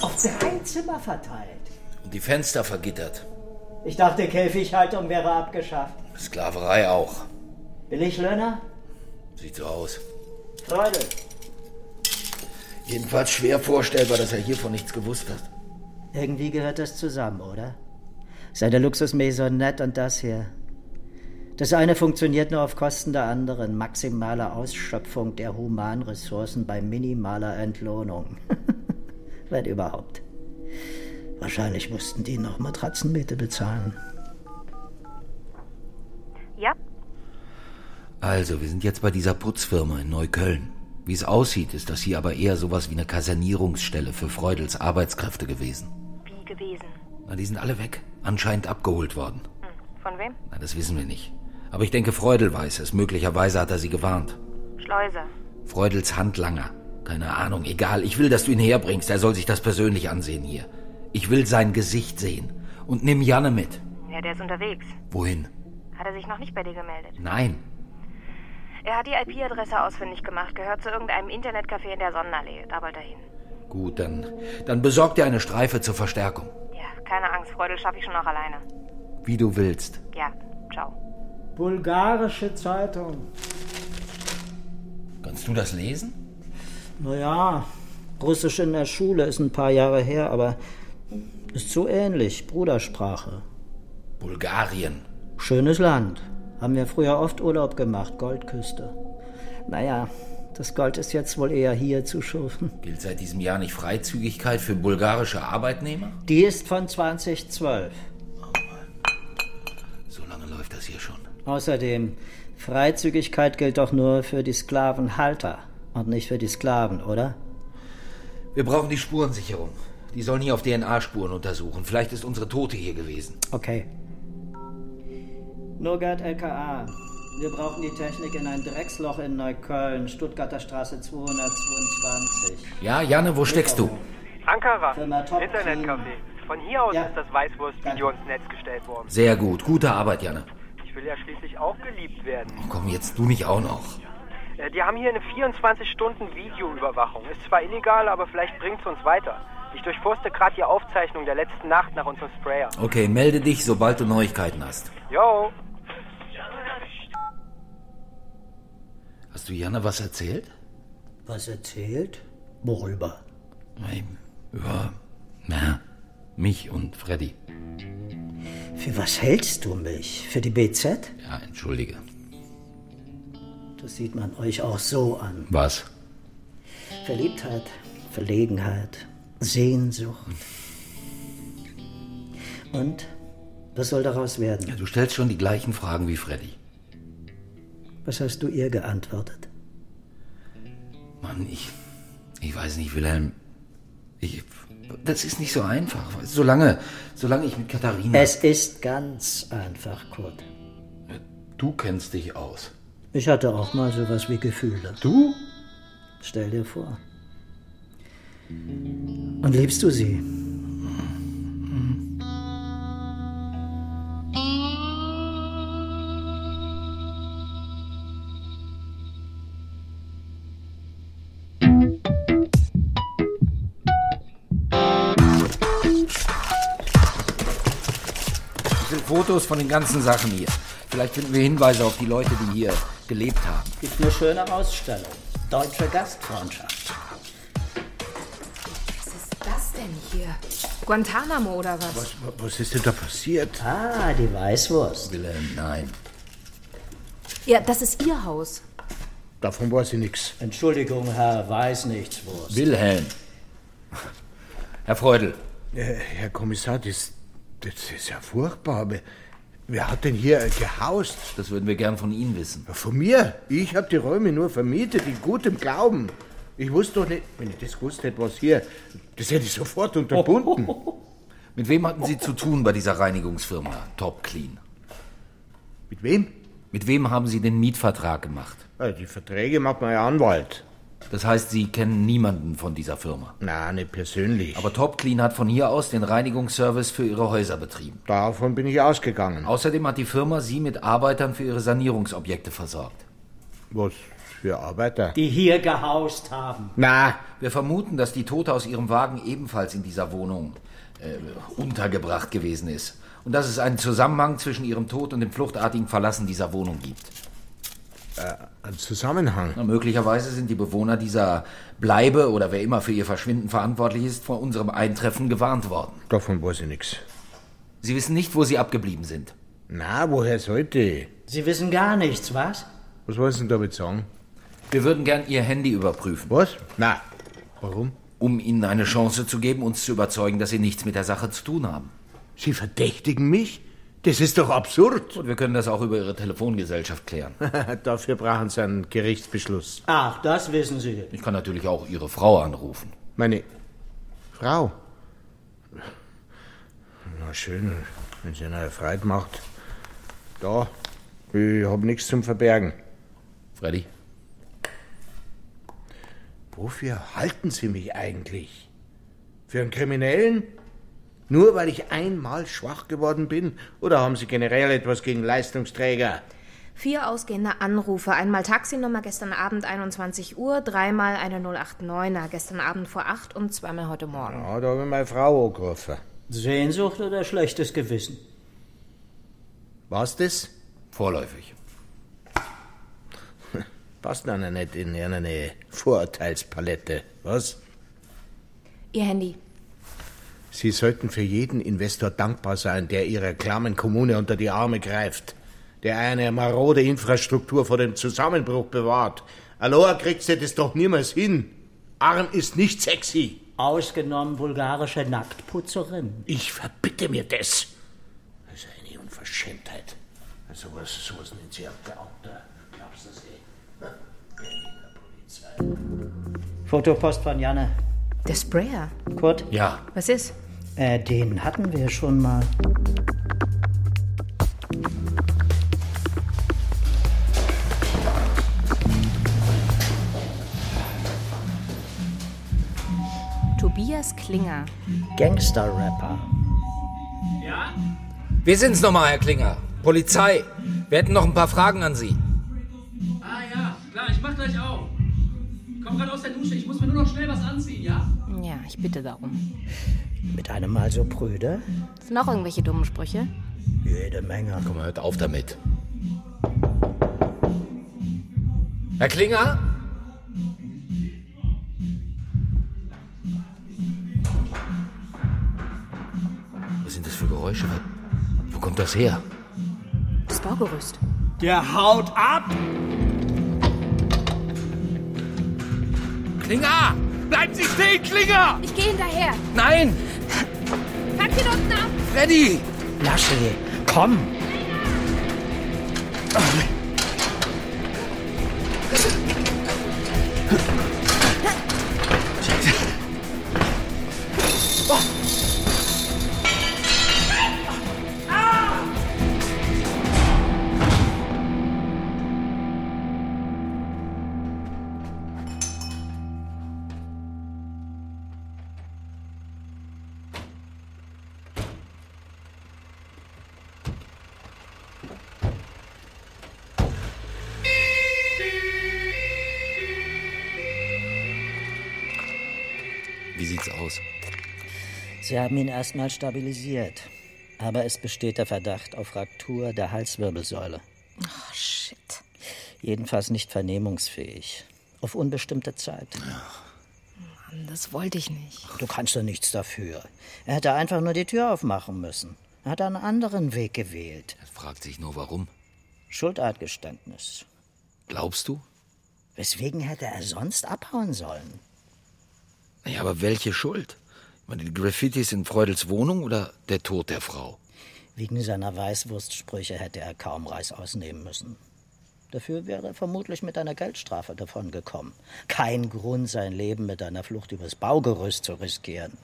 Speaker 3: Auf drei Zimmer verteilt.
Speaker 7: Und die Fenster vergittert.
Speaker 3: Ich dachte, Käfighaltung wäre abgeschafft.
Speaker 7: Sklaverei auch.
Speaker 3: Will ich Löhner?
Speaker 7: Sieht so aus.
Speaker 3: Freude.
Speaker 7: Jedenfalls schwer vorstellbar, dass er hiervon nichts gewusst hat.
Speaker 3: Irgendwie gehört das zusammen, oder? Seine Luxusmaisonette und das hier. Das eine funktioniert nur auf Kosten der anderen. Maximale Ausschöpfung der Humanressourcen bei minimaler Entlohnung. [laughs] Wenn überhaupt. Wahrscheinlich mussten die noch Matratzenmiete bezahlen.
Speaker 6: Ja,
Speaker 7: Also, wir sind jetzt bei dieser Putzfirma in Neukölln. Wie es aussieht, ist das hier aber eher sowas wie eine Kasernierungsstelle für Freudels Arbeitskräfte gewesen.
Speaker 6: wie gewesen.
Speaker 7: Na, die sind alle weg. Anscheinend abgeholt worden.
Speaker 6: Von wem?
Speaker 7: Na, das wissen wir nicht. Aber ich denke, Freudel weiß es. Möglicherweise hat er sie gewarnt.
Speaker 6: Schleuser.
Speaker 7: Freudels Handlanger. Keine Ahnung, egal. Ich will, dass du ihn herbringst. Er soll sich das persönlich ansehen hier. Ich will sein Gesicht sehen. Und nimm Janne mit.
Speaker 6: Ja, der ist unterwegs.
Speaker 7: Wohin?
Speaker 6: Hat er sich noch nicht bei dir gemeldet?
Speaker 7: Nein.
Speaker 6: Er hat die IP-Adresse ausfindig gemacht, gehört zu irgendeinem Internetcafé in der Sonnenallee. Da wollte er hin.
Speaker 7: Gut, dann, dann besorg dir eine Streife zur Verstärkung.
Speaker 6: Ja, keine Angst, Freudel schaffe ich schon noch alleine.
Speaker 7: Wie du willst.
Speaker 6: Ja, ciao.
Speaker 3: Bulgarische Zeitung.
Speaker 7: Kannst du das lesen?
Speaker 3: Naja, Russisch in der Schule ist ein paar Jahre her, aber Ist so ähnlich, Brudersprache.
Speaker 7: Bulgarien.
Speaker 3: Schönes Land. Haben wir früher oft Urlaub gemacht, Goldküste. Naja, das Gold ist jetzt wohl eher hier zu schürfen.
Speaker 7: Gilt seit diesem Jahr nicht Freizügigkeit für bulgarische Arbeitnehmer?
Speaker 3: Die ist von 2012.
Speaker 7: So lange läuft das hier schon.
Speaker 3: [laughs] Außerdem, Freizügigkeit gilt doch nur für die Sklavenhalter und nicht für die Sklaven, oder?
Speaker 7: Wir brauchen die Spurensicherung. Die sollen hier auf DNA-Spuren untersuchen. Vielleicht ist unsere Tote hier gewesen.
Speaker 3: Okay. Nogat LKA. Wir brauchen die Technik in ein Drecksloch in Neukölln, Stuttgarter Straße 222.
Speaker 7: Ja, Janne, wo steckst du?
Speaker 8: Ankara, Internetcafé. Von hier aus ist das Weißwurstvideo ins Netz gestellt worden.
Speaker 7: Sehr gut. Gute Arbeit, Janne.
Speaker 8: Ich will ja schließlich auch geliebt werden.
Speaker 7: Oh, komm, jetzt du nicht auch noch.
Speaker 8: Äh, Die haben hier eine 24-Stunden-Videoüberwachung. Ist zwar illegal, aber vielleicht bringt's uns weiter. Ich durchforste gerade die Aufzeichnung der letzten Nacht nach unserem Sprayer.
Speaker 7: Okay, melde dich, sobald du Neuigkeiten hast.
Speaker 8: Yo!
Speaker 7: Hast du Janne was erzählt?
Speaker 3: Was erzählt? Worüber?
Speaker 7: Nein, über. Na, mich und Freddy.
Speaker 3: Für was hältst du mich? Für die BZ?
Speaker 7: Ja, entschuldige.
Speaker 3: Das sieht man euch auch so an.
Speaker 7: Was?
Speaker 3: Verliebtheit, Verlegenheit, Sehnsucht. Und? Was soll daraus werden?
Speaker 7: Du stellst schon die gleichen Fragen wie Freddy.
Speaker 3: Was hast du ihr geantwortet?
Speaker 7: Mann, ich. Ich weiß nicht, Wilhelm. Ich. Das ist nicht so einfach. Solange. Solange ich mit Katharina.
Speaker 3: Es ist ganz einfach, Kurt.
Speaker 7: Du kennst dich aus.
Speaker 3: Ich hatte auch mal sowas wie Gefühle. Du? Stell dir vor. Und liebst du sie?
Speaker 7: Das sind Fotos von den ganzen Sachen hier. Vielleicht finden wir Hinweise auf die Leute, die hier gelebt haben.
Speaker 3: Gibt eine schöne Ausstellung. Deutsche Gastfreundschaft.
Speaker 6: Das denn hier? Guantanamo oder was?
Speaker 10: Was ist denn da passiert?
Speaker 3: Ah, die Weißwurst.
Speaker 7: Wilhelm, nein.
Speaker 6: Ja, das ist ihr Haus.
Speaker 10: Davon weiß ich nichts.
Speaker 3: Entschuldigung, Herr, weiß nichts, Wurst.
Speaker 7: Wilhelm. Herr Freudel.
Speaker 10: Äh, Herr Kommissar, das, das ist ja furchtbar. Aber wer hat denn hier äh, gehaust?
Speaker 7: Das würden wir gern von Ihnen wissen.
Speaker 10: Von mir? Ich habe die Räume nur vermietet, in gutem Glauben. Ich wusste doch nicht, wenn ich das gewusst hätte, was hier, das hätte ich sofort unterbunden.
Speaker 7: [laughs] Mit wem hatten Sie zu tun bei dieser Reinigungsfirma Top Clean?
Speaker 10: Mit wem?
Speaker 7: Mit wem haben Sie den Mietvertrag gemacht?
Speaker 10: Die Verträge macht mein Anwalt.
Speaker 7: Das heißt, Sie kennen niemanden von dieser Firma?
Speaker 10: Na, nicht persönlich.
Speaker 7: Aber Top Clean hat von hier aus den Reinigungsservice für Ihre Häuser betrieben.
Speaker 10: Davon bin ich ausgegangen.
Speaker 7: Außerdem hat die Firma Sie mit Arbeitern für Ihre Sanierungsobjekte versorgt.
Speaker 10: Was für Arbeiter?
Speaker 3: Die hier gehaust haben.
Speaker 10: Na,
Speaker 7: Wir vermuten, dass die Tote aus ihrem Wagen ebenfalls in dieser Wohnung äh, untergebracht gewesen ist. Und dass es einen Zusammenhang zwischen ihrem Tod und dem fluchtartigen Verlassen dieser Wohnung gibt.
Speaker 10: Äh, ein Zusammenhang.
Speaker 7: Na, möglicherweise sind die Bewohner dieser Bleibe oder wer immer für ihr Verschwinden verantwortlich ist, vor unserem Eintreffen gewarnt worden.
Speaker 10: Davon weiß ich nichts.
Speaker 7: Sie wissen nicht, wo sie abgeblieben sind.
Speaker 10: Na, woher sollte ich?
Speaker 3: Sie wissen gar nichts, was?
Speaker 10: Was wollen Sie denn damit sagen?
Speaker 7: Wir würden gern ihr Handy überprüfen.
Speaker 10: Was? Na, warum?
Speaker 7: Um ihnen eine Chance zu geben, uns zu überzeugen, dass sie nichts mit der Sache zu tun haben.
Speaker 10: Sie verdächtigen mich? Das ist doch absurd.
Speaker 7: Und wir können das auch über ihre Telefongesellschaft klären.
Speaker 10: [laughs] Dafür brauchen Sie einen Gerichtsbeschluss.
Speaker 3: Ach, das wissen Sie.
Speaker 7: Ich kann natürlich auch ihre Frau anrufen.
Speaker 10: Meine Frau. Na schön, wenn sie eine Freude macht. Da, ich hab nichts zum Verbergen.
Speaker 7: Freddy?
Speaker 10: Wofür halten Sie mich eigentlich? Für einen Kriminellen? Nur weil ich einmal schwach geworden bin? Oder haben Sie generell etwas gegen Leistungsträger?
Speaker 6: Vier ausgehende Anrufe. Einmal Taxinummer gestern Abend 21 Uhr, dreimal eine 089er gestern Abend vor 8 und zweimal heute Morgen.
Speaker 10: Ja, da habe ich meine Frau angerufen.
Speaker 3: Sehnsucht oder schlechtes Gewissen?
Speaker 10: Was das?
Speaker 7: Vorläufig.
Speaker 10: Passt einer nicht in eine Vorurteilspalette, was?
Speaker 6: Ihr Handy.
Speaker 10: Sie sollten für jeden Investor dankbar sein, der Ihrer klammen Kommune unter die Arme greift, der eine marode Infrastruktur vor dem Zusammenbruch bewahrt. Aloha kriegst du das doch niemals hin. Arm ist nicht sexy.
Speaker 3: Ausgenommen bulgarische Nacktputzerin.
Speaker 10: Ich verbitte mir das. Das ist eine Unverschämtheit. Sowas, sowas nennt sie Abgeordneter. Glaubst du das eh? Berliner Polizei.
Speaker 3: Fotopost von Janne.
Speaker 16: Der Sprayer.
Speaker 3: Kurt?
Speaker 7: Ja.
Speaker 16: Was ist?
Speaker 3: Äh, den hatten wir schon mal.
Speaker 6: Tobias Klinger.
Speaker 3: Gangster-Rapper.
Speaker 1: Wir sind's nochmal, Herr Klinger. Polizei. Wir hätten noch ein paar Fragen an Sie.
Speaker 15: Ah ja, klar, ich mach gleich auf. Komm gerade aus der Dusche, ich muss mir nur noch schnell was anziehen, ja?
Speaker 6: Ja, ich bitte darum.
Speaker 3: Mit einem Mal so prüde?
Speaker 6: Sind noch irgendwelche dummen Sprüche?
Speaker 3: Jede Menge.
Speaker 7: Komm, hört auf damit.
Speaker 1: Herr Klinger?
Speaker 7: Was sind das für Geräusche? Wo kommt das her?
Speaker 6: Das Baugerüst.
Speaker 1: Der haut ab! Klinger! Bleiben Sie stehen, Klinger!
Speaker 16: Ich gehe hinterher.
Speaker 1: Nein!
Speaker 16: Pack den unten ab.
Speaker 1: Freddy!
Speaker 3: Lasche, komm!
Speaker 7: Wie sieht's aus?
Speaker 3: Sie haben ihn erstmal stabilisiert. Aber es besteht der Verdacht auf Fraktur der Halswirbelsäule.
Speaker 6: Oh, shit.
Speaker 3: Jedenfalls nicht vernehmungsfähig. Auf unbestimmte Zeit.
Speaker 6: Mann, das wollte ich nicht.
Speaker 3: Du kannst doch nichts dafür. Er hätte einfach nur die Tür aufmachen müssen. Er hat einen anderen Weg gewählt.
Speaker 7: Er fragt sich nur, warum.
Speaker 3: Schuldeingeständnis.
Speaker 7: Glaubst du?
Speaker 3: Weswegen hätte er sonst abhauen sollen?
Speaker 7: Ja, aber welche Schuld? Ich meine, die Graffitis in Freudels Wohnung oder der Tod der Frau?
Speaker 3: Wegen seiner Weißwurstsprüche hätte er kaum Reis ausnehmen müssen. Dafür wäre er vermutlich mit einer Geldstrafe davongekommen. Kein Grund, sein Leben mit einer Flucht übers Baugerüst zu riskieren.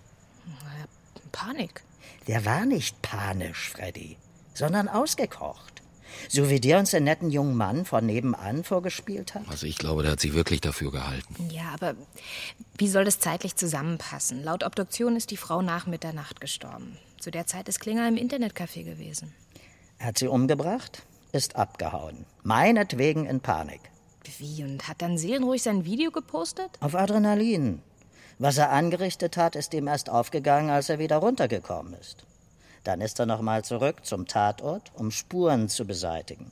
Speaker 6: Panik.
Speaker 3: Der war nicht panisch, Freddy, sondern ausgekocht. So wie der uns den netten jungen Mann von nebenan vorgespielt hat.
Speaker 7: Also ich glaube, der hat sich wirklich dafür gehalten.
Speaker 6: Ja, aber wie soll das zeitlich zusammenpassen? Laut Obduktion ist die Frau nach Mitternacht gestorben. Zu der Zeit ist Klinger im Internetcafé gewesen.
Speaker 3: Er hat sie umgebracht, ist abgehauen. Meinetwegen in Panik.
Speaker 6: Wie und hat dann seelenruhig sein Video gepostet?
Speaker 3: Auf Adrenalin. Was er angerichtet hat, ist ihm erst aufgegangen, als er wieder runtergekommen ist. Dann ist er nochmal zurück zum Tatort, um Spuren zu beseitigen.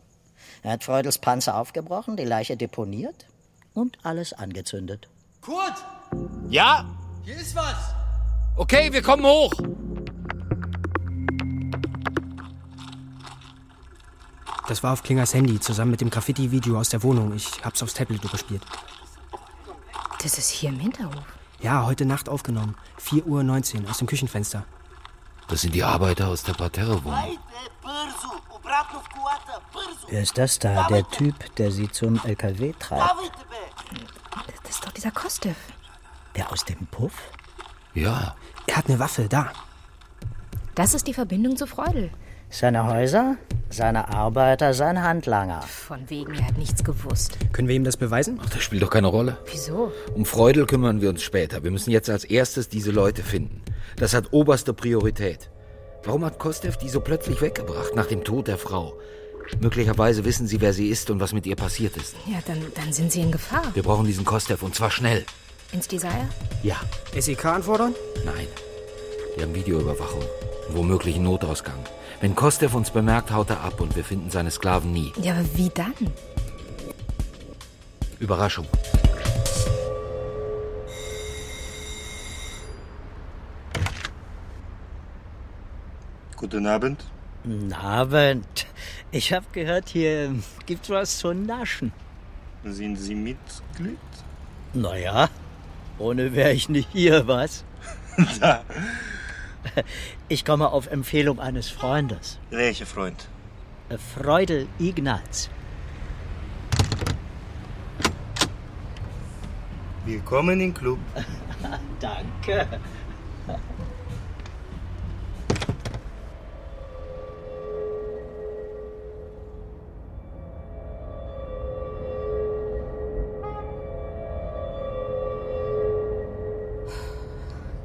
Speaker 3: Er hat Freudels Panzer aufgebrochen, die Leiche deponiert und alles angezündet.
Speaker 1: Kurt! Ja?
Speaker 15: Hier ist was!
Speaker 1: Okay, wir kommen hoch!
Speaker 8: Das war auf Klingers Handy, zusammen mit dem Graffiti-Video aus der Wohnung. Ich hab's aufs Tablet überspielt.
Speaker 6: Das ist hier im Hinterhof.
Speaker 8: Ja, heute Nacht aufgenommen. 4.19 Uhr aus dem Küchenfenster.
Speaker 7: Das sind die Arbeiter aus der Parterre-Wohnung.
Speaker 3: Wer ist das da? Der Typ, der sie zum LKW treibt?
Speaker 6: Das ist doch dieser Kostev.
Speaker 3: Der aus dem Puff?
Speaker 7: Ja.
Speaker 8: Er hat eine Waffe, da.
Speaker 6: Das ist die Verbindung zu Freudel.
Speaker 3: Seine Häuser, seine Arbeiter, sein Handlanger.
Speaker 6: Von wegen, er hat nichts gewusst.
Speaker 8: Können wir ihm das beweisen?
Speaker 7: Ach, das spielt doch keine Rolle.
Speaker 6: Wieso?
Speaker 7: Um Freudel kümmern wir uns später. Wir müssen jetzt als erstes diese Leute finden. Das hat oberste Priorität. Warum hat Kostev die so plötzlich weggebracht nach dem Tod der Frau? Möglicherweise wissen sie, wer sie ist und was mit ihr passiert ist.
Speaker 6: Ja, dann, dann sind sie in Gefahr.
Speaker 7: Wir brauchen diesen Kostev und zwar schnell.
Speaker 6: Ins Desire?
Speaker 7: Ja.
Speaker 8: SEK anfordern?
Speaker 7: Nein. Wir haben Videoüberwachung. Und womöglich einen Notausgang. Wenn Kostev uns bemerkt, haut er ab und wir finden seine Sklaven nie.
Speaker 6: Ja, aber wie dann?
Speaker 7: Überraschung.
Speaker 11: Guten Abend.
Speaker 3: Guten Abend. Ich habe gehört, hier gibt's was zu naschen.
Speaker 11: Sind Sie Mitglied?
Speaker 3: Naja, ohne wäre ich nicht hier,
Speaker 11: [laughs]
Speaker 3: was?
Speaker 11: Da.
Speaker 3: Ich komme auf Empfehlung eines Freundes. Äh,
Speaker 11: Welcher Freund?
Speaker 3: Freudel Ignaz. [laughs]
Speaker 11: Willkommen im Club.
Speaker 3: Danke.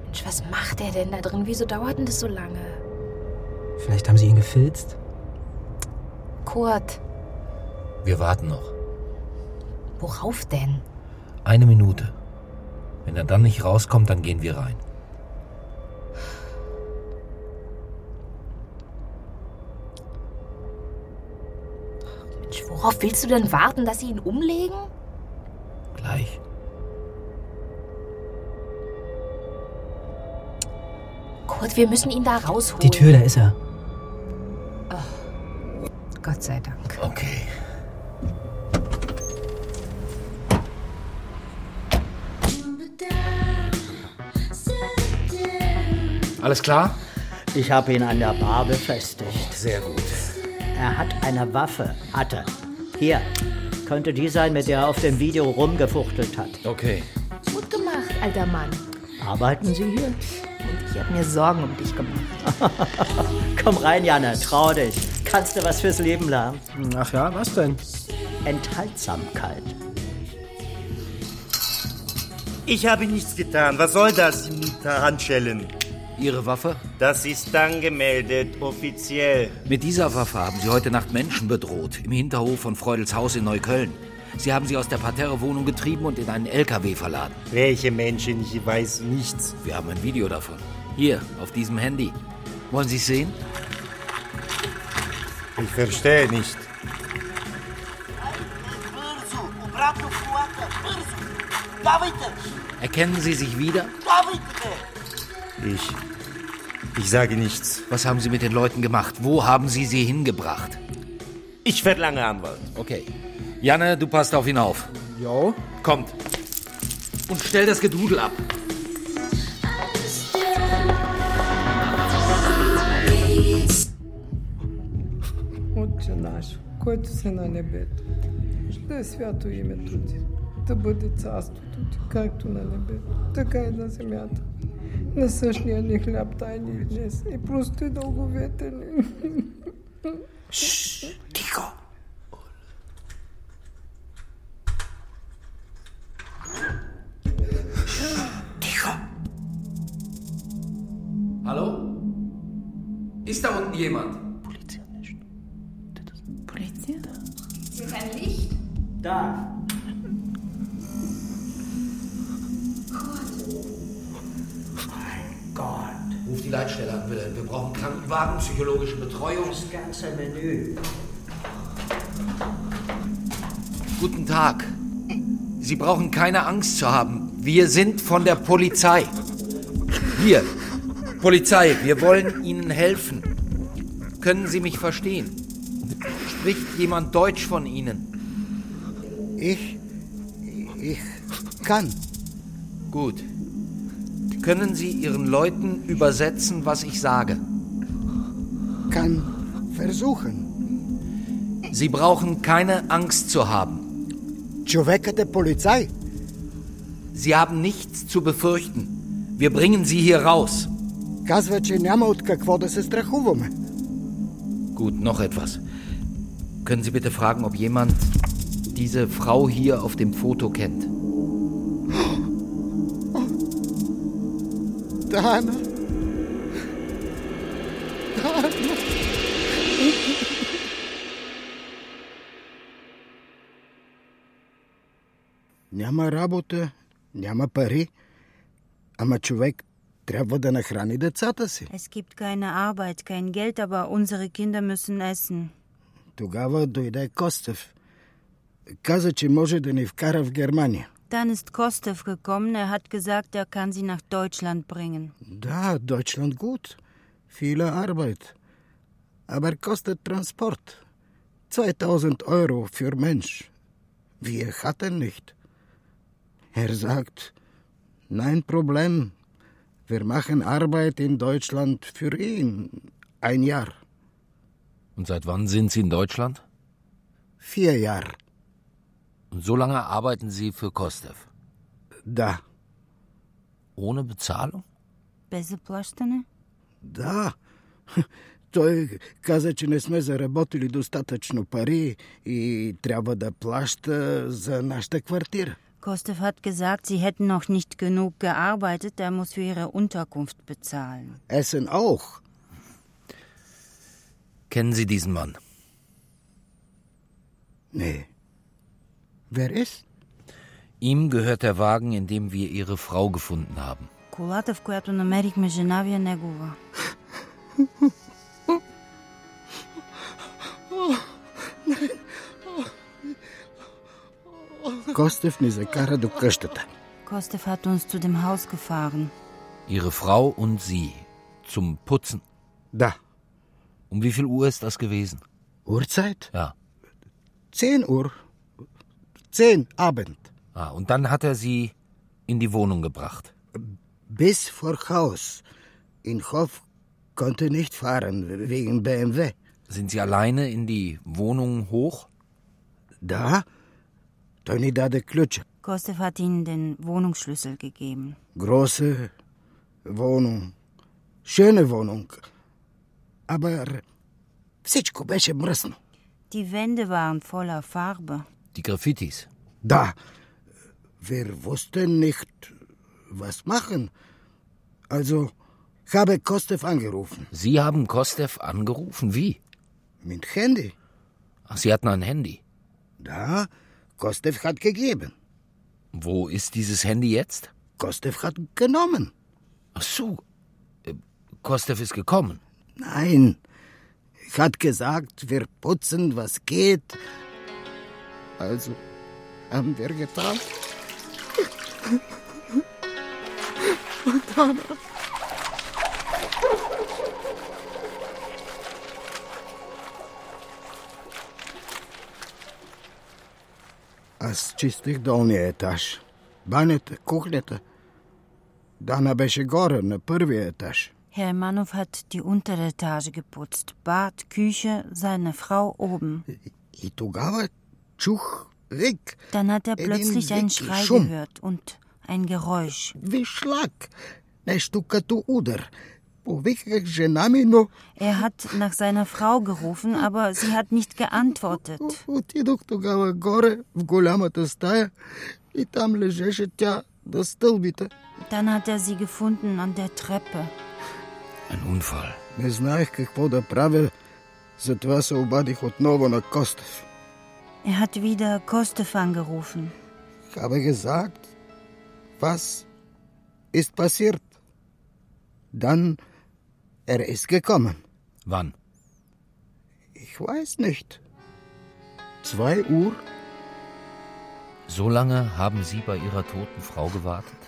Speaker 12: Mensch, was macht er denn da drin? Wieso dauert denn das so lange?
Speaker 17: Vielleicht haben sie ihn gefilzt?
Speaker 12: Kurt,
Speaker 18: Wir warten noch.
Speaker 12: worauf denn?
Speaker 18: Eine Minute. Wenn er dann nicht rauskommt, dann gehen wir rein.
Speaker 12: Mensch, worauf willst du denn warten, dass sie ihn umlegen?
Speaker 18: Gleich.
Speaker 12: Kurt, wir müssen ihn da rausholen.
Speaker 17: Die Tür, da ist er.
Speaker 12: Gott sei Dank.
Speaker 18: Okay. Alles klar?
Speaker 3: Ich habe ihn an der Bar befestigt.
Speaker 18: Sehr gut.
Speaker 3: Er hat eine Waffe. Hatte. Hier. Könnte die sein, mit der er auf dem Video rumgefuchtelt hat.
Speaker 18: Okay.
Speaker 12: Gut gemacht, alter Mann.
Speaker 3: Arbeiten Sie hier?
Speaker 12: Ich habe mir Sorgen um dich gemacht.
Speaker 3: Komm rein, Janne, trau dich. Kannst du was fürs Leben lernen?
Speaker 8: Ach ja, was denn?
Speaker 3: Enthaltsamkeit.
Speaker 11: Ich habe nichts getan. Was soll das mit der Handschellen?
Speaker 7: Ihre Waffe?
Speaker 11: Das ist angemeldet, offiziell.
Speaker 7: Mit dieser Waffe haben Sie heute Nacht Menschen bedroht, im Hinterhof von Freudels Haus in Neukölln. Sie haben sie aus der Parterre-Wohnung getrieben und in einen LKW verladen.
Speaker 11: Welche Menschen? Ich weiß nichts.
Speaker 7: Wir haben ein Video davon. Hier, auf diesem Handy. Wollen Sie es sehen?
Speaker 11: Ich verstehe nicht.
Speaker 19: Обратно в колата, бързо! Давайте!
Speaker 7: Erkennen Sie sich wieder?
Speaker 19: Давайте, бе!
Speaker 11: Ich. Ich sage nichts.
Speaker 7: Was haben Sie mit den Leuten gemacht? Wo haben Sie sie hingebracht?
Speaker 10: Ich verlange Anwalt.
Speaker 7: Okay. Janne, du passt auf ihn auf.
Speaker 8: Jo.
Speaker 7: Kommt. Und stell das Gedudel ab.
Speaker 20: Отче наш, който си на небето, ще е свято името ти, да бъде царството ти, както на небето, така и на земята. На същия ни хляб дай ни и днес и просто и дълговете ни.
Speaker 7: Тихо!
Speaker 21: Hallo? Ist da unten jemand?
Speaker 13: Polizei? Hier kein Licht?
Speaker 3: Da.
Speaker 7: Gott. Ruf die Leitstelle an, Wilhelm. Wir brauchen Krankenwagen, psychologische Betreuung. Das ganze Menü. Guten Tag. Sie brauchen keine Angst zu haben. Wir sind von der Polizei. Hier, Polizei, wir wollen Ihnen helfen. Können Sie mich verstehen? Spricht jemand Deutsch von Ihnen? Ich? Ich kann. Gut. Können Sie Ihren Leuten übersetzen, was ich sage? Kann versuchen. Sie brauchen keine Angst zu haben. Човека
Speaker 2: е
Speaker 7: der Polizei. Sie haben nichts zu befürchten. Wir bringen Sie hier raus.
Speaker 2: Казва, че няма от какво да се страхуваме.
Speaker 7: Gut, noch etwas. Können Sie bitte fragen, ob jemand diese Frau hier auf dem Foto kennt?
Speaker 2: Дана. Дана. Няма работа, няма пари, ама човек трябва да нахрани децата си.
Speaker 22: Es gibt keine Arbeit, kein Geld, aber unsere Kinder müssen essen.
Speaker 2: Тогава дойде Костев. Каза, че може да ни вкара в Германия.
Speaker 22: Dann ist Kostev gekommen. Er hat gesagt, er kann sie nach Deutschland bringen.
Speaker 2: Da, Deutschland gut. Viele Arbeit. aber kostet Transport. 2000 Euro für Mensch. Wir hatten nicht. Er sagt, nein Problem. Wir machen Arbeit in Deutschland für ihn. Ein Jahr,
Speaker 7: Und seit wann sind Sie in Deutschland?
Speaker 2: vier Jahre.
Speaker 7: Und so lange arbeiten Sie für Kostev?
Speaker 2: Da.
Speaker 7: Ohne Bezahlung?
Speaker 22: Безплащане?
Speaker 2: Да. [laughs] Той каза, че не сме заработили достатъчно пари и трябва да плаща за нашата квартира.
Speaker 22: Kostev hat gesagt, sie hätten noch nicht genug gearbeitet, er muss für ihre Unterkunft bezahlen.
Speaker 2: Essen auch.
Speaker 7: Kennen Sie diesen Mann?
Speaker 2: Nee. Wer ist?
Speaker 7: Ihm gehört der Wagen, in dem wir Ihre Frau gefunden haben.
Speaker 22: Колата, в която намерихме жена ви е негова.
Speaker 2: Костев ни закара до къщата.
Speaker 22: Kostev hat uns zu dem Haus gefahren.
Speaker 7: Ihre Frau und Sie. Zum Putzen?
Speaker 2: Da.
Speaker 7: Um wie viel Uhr ist das gewesen?
Speaker 2: Uhrzeit?
Speaker 7: Ja.
Speaker 2: 10 Uhr. 10 Abend.
Speaker 7: Ah, und dann hat er Sie in die Wohnung gebracht.
Speaker 2: Bis vor Haus. In Hof konnte nicht fahren wegen BMW.
Speaker 7: Sind Sie alleine in die Wohnung hoch?
Speaker 2: Da? Tony даде ключа.
Speaker 22: Kostev hat ihnen den Wohnungsschlüssel gegeben.
Speaker 2: Große Wohnung. Schöne Wohnung. Aber всичко беше мръсно.
Speaker 22: Die Wände waren voller Farbe.
Speaker 7: Die Graffitis.
Speaker 2: Da. Wir wussten nicht, was machen. Also habe Kostev angerufen.
Speaker 7: Sie haben Kostev angerufen? Wie?
Speaker 2: Mit Handy.
Speaker 7: Ach, Sie hatten ein Handy.
Speaker 2: Da, Kostev hat gegeben.
Speaker 7: Wo ist dieses Handy jetzt?
Speaker 2: Kostev hat genommen.
Speaker 7: Ach so. Äh, Kostev ist gekommen.
Speaker 2: Nein. Hat gesagt, wir putzen, was geht. Also haben wir getan.
Speaker 20: Und dann
Speaker 2: Аз чистих долния етаж. Банята, кухнята. Дана беше горе, на първия етаж.
Speaker 22: Herr Imanow hat die untere Etage geputzt. Bad, Küche, seine Frau oben.
Speaker 2: И тогава чух вик.
Speaker 22: Dann hat er
Speaker 2: Elin
Speaker 22: plötzlich einen
Speaker 2: Vicky,
Speaker 22: Schrei
Speaker 2: Schumm.
Speaker 22: gehört und ein Geräusch.
Speaker 2: Wie Schlag. Ne Нещо като удар. Повиках жена ми, но
Speaker 22: Er hat nach seiner Frau gerufen, aber sie hat nicht geantwortet.
Speaker 2: отидох тогава горе в голямата стая и там лежеше тя на стълбите.
Speaker 22: Dann hat er sie gefunden an der Treppe.
Speaker 7: Ein Unfall.
Speaker 2: Не знаех какво да правя, затова се обадих отново на Костев.
Speaker 22: Er hat wieder Kostev angerufen.
Speaker 2: Habe gesagt, was ist passiert? Dann, er ist gekommen.
Speaker 7: Wann?
Speaker 2: Ich weiß nicht. Zwei Uhr?
Speaker 7: So lange haben Sie bei Ihrer toten Frau gewartet?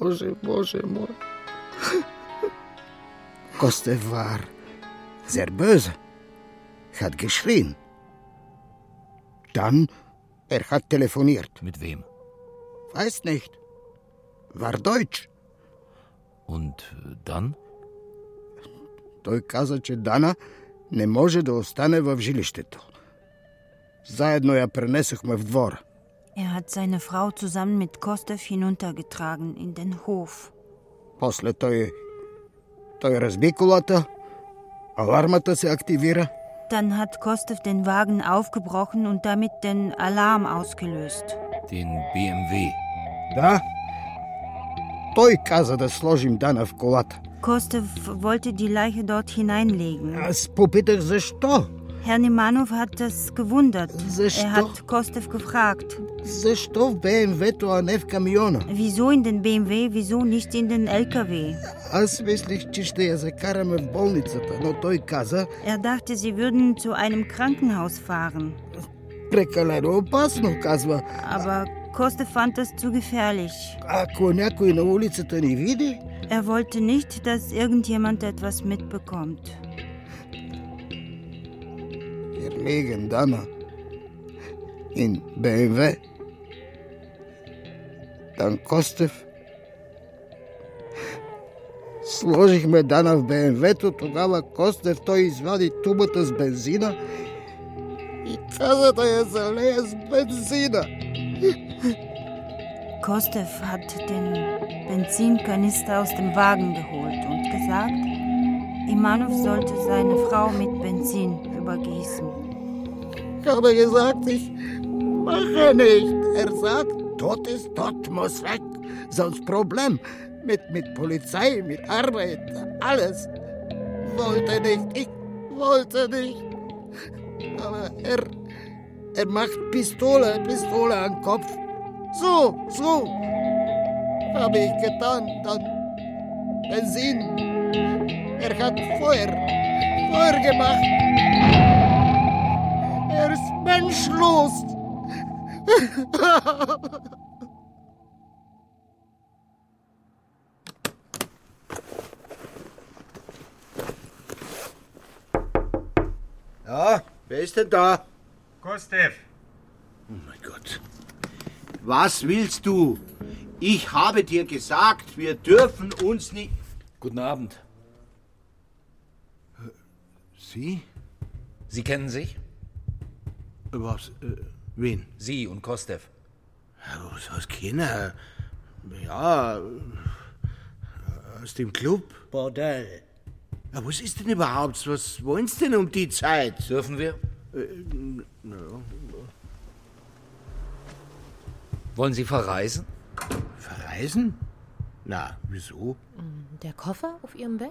Speaker 2: Боже, боже мой. Костев war sehr böse, hat geschrien. Dann, er hat telefoniert.
Speaker 7: Mit wem?
Speaker 2: Weiß nicht. War deutsch.
Speaker 7: Und äh, dann?
Speaker 2: Той каза, че Дана не може да остане в жилището. Заедно я пренесохме в двора.
Speaker 22: Er hat seine Frau zusammen mit Kostev hinuntergetragen in den Hof.
Speaker 2: После той... Той разби колата, алармата се активира.
Speaker 22: Dann hat Kostev den Wagen aufgebrochen und damit den Alarm ausgelöst.
Speaker 7: Den BMW.
Speaker 2: Да. Той каза да сложим Дана в колата.
Speaker 22: Kostev wollte die Leiche dort hineinlegen.
Speaker 2: Аз попитах защо.
Speaker 22: Herr Nemanow hat es gewundert.
Speaker 2: Защо?
Speaker 22: Er hat Kostev gefragt.
Speaker 2: Защо в БМВ-то, а не в камиона?
Speaker 22: Wieso in den BMW, wieso nicht in den LKW?
Speaker 2: Аз мислих, че ще я закараме в болницата, но той каза,
Speaker 22: Er dachte, sie würden zu einem Krankenhaus fahren.
Speaker 2: прекалено опасно, казва.
Speaker 22: Aber Kostev fand das zu gefährlich.
Speaker 2: Ако някой на улицата ни види,
Speaker 22: Er wollte nicht, dass irgendjemand etwas mitbekommt.
Speaker 2: gelegen, Dana. In BMW. Dann Kostev. Сложихме Дана в БМВ-то, тогава Костев той извади тубата с бензина и каза да я залея с бензина.
Speaker 22: Kostev hat den Benzinkanister aus dem Wagen geholt und gesagt, Imanov sollte seine Frau mit Benzin übergießen.
Speaker 2: Ich habe gesagt, ich mache nicht. Er sagt, tot ist tot, muss weg. Sonst Problem. Mit, mit Polizei, mit Arbeit, alles. Wollte nicht, ich wollte nicht. Aber er, er macht Pistole, Pistole an Kopf. So, so. Habe ich getan, dann Benzin. Er hat Feuer, Feuer gemacht. Er ist menschlos.
Speaker 10: Ja, wer ist denn da?
Speaker 11: Kostev.
Speaker 10: Was willst du? Ich habe dir gesagt, wir dürfen uns nicht.
Speaker 7: Guten Abend.
Speaker 10: Sie?
Speaker 7: Sie kennen sich?
Speaker 10: Was? äh, wen?
Speaker 7: Sie und Kostev.
Speaker 10: Was, was kennen? Ja, aus dem Club.
Speaker 14: Bordell.
Speaker 10: Ja, was ist denn überhaupt? Was wollen Sie denn um die Zeit?
Speaker 7: Dürfen wir?
Speaker 10: Äh, na ja.
Speaker 7: Wollen Sie verreisen?
Speaker 10: Verreisen? Na, wieso?
Speaker 6: Hm, Der Koffer auf Ihrem Bett?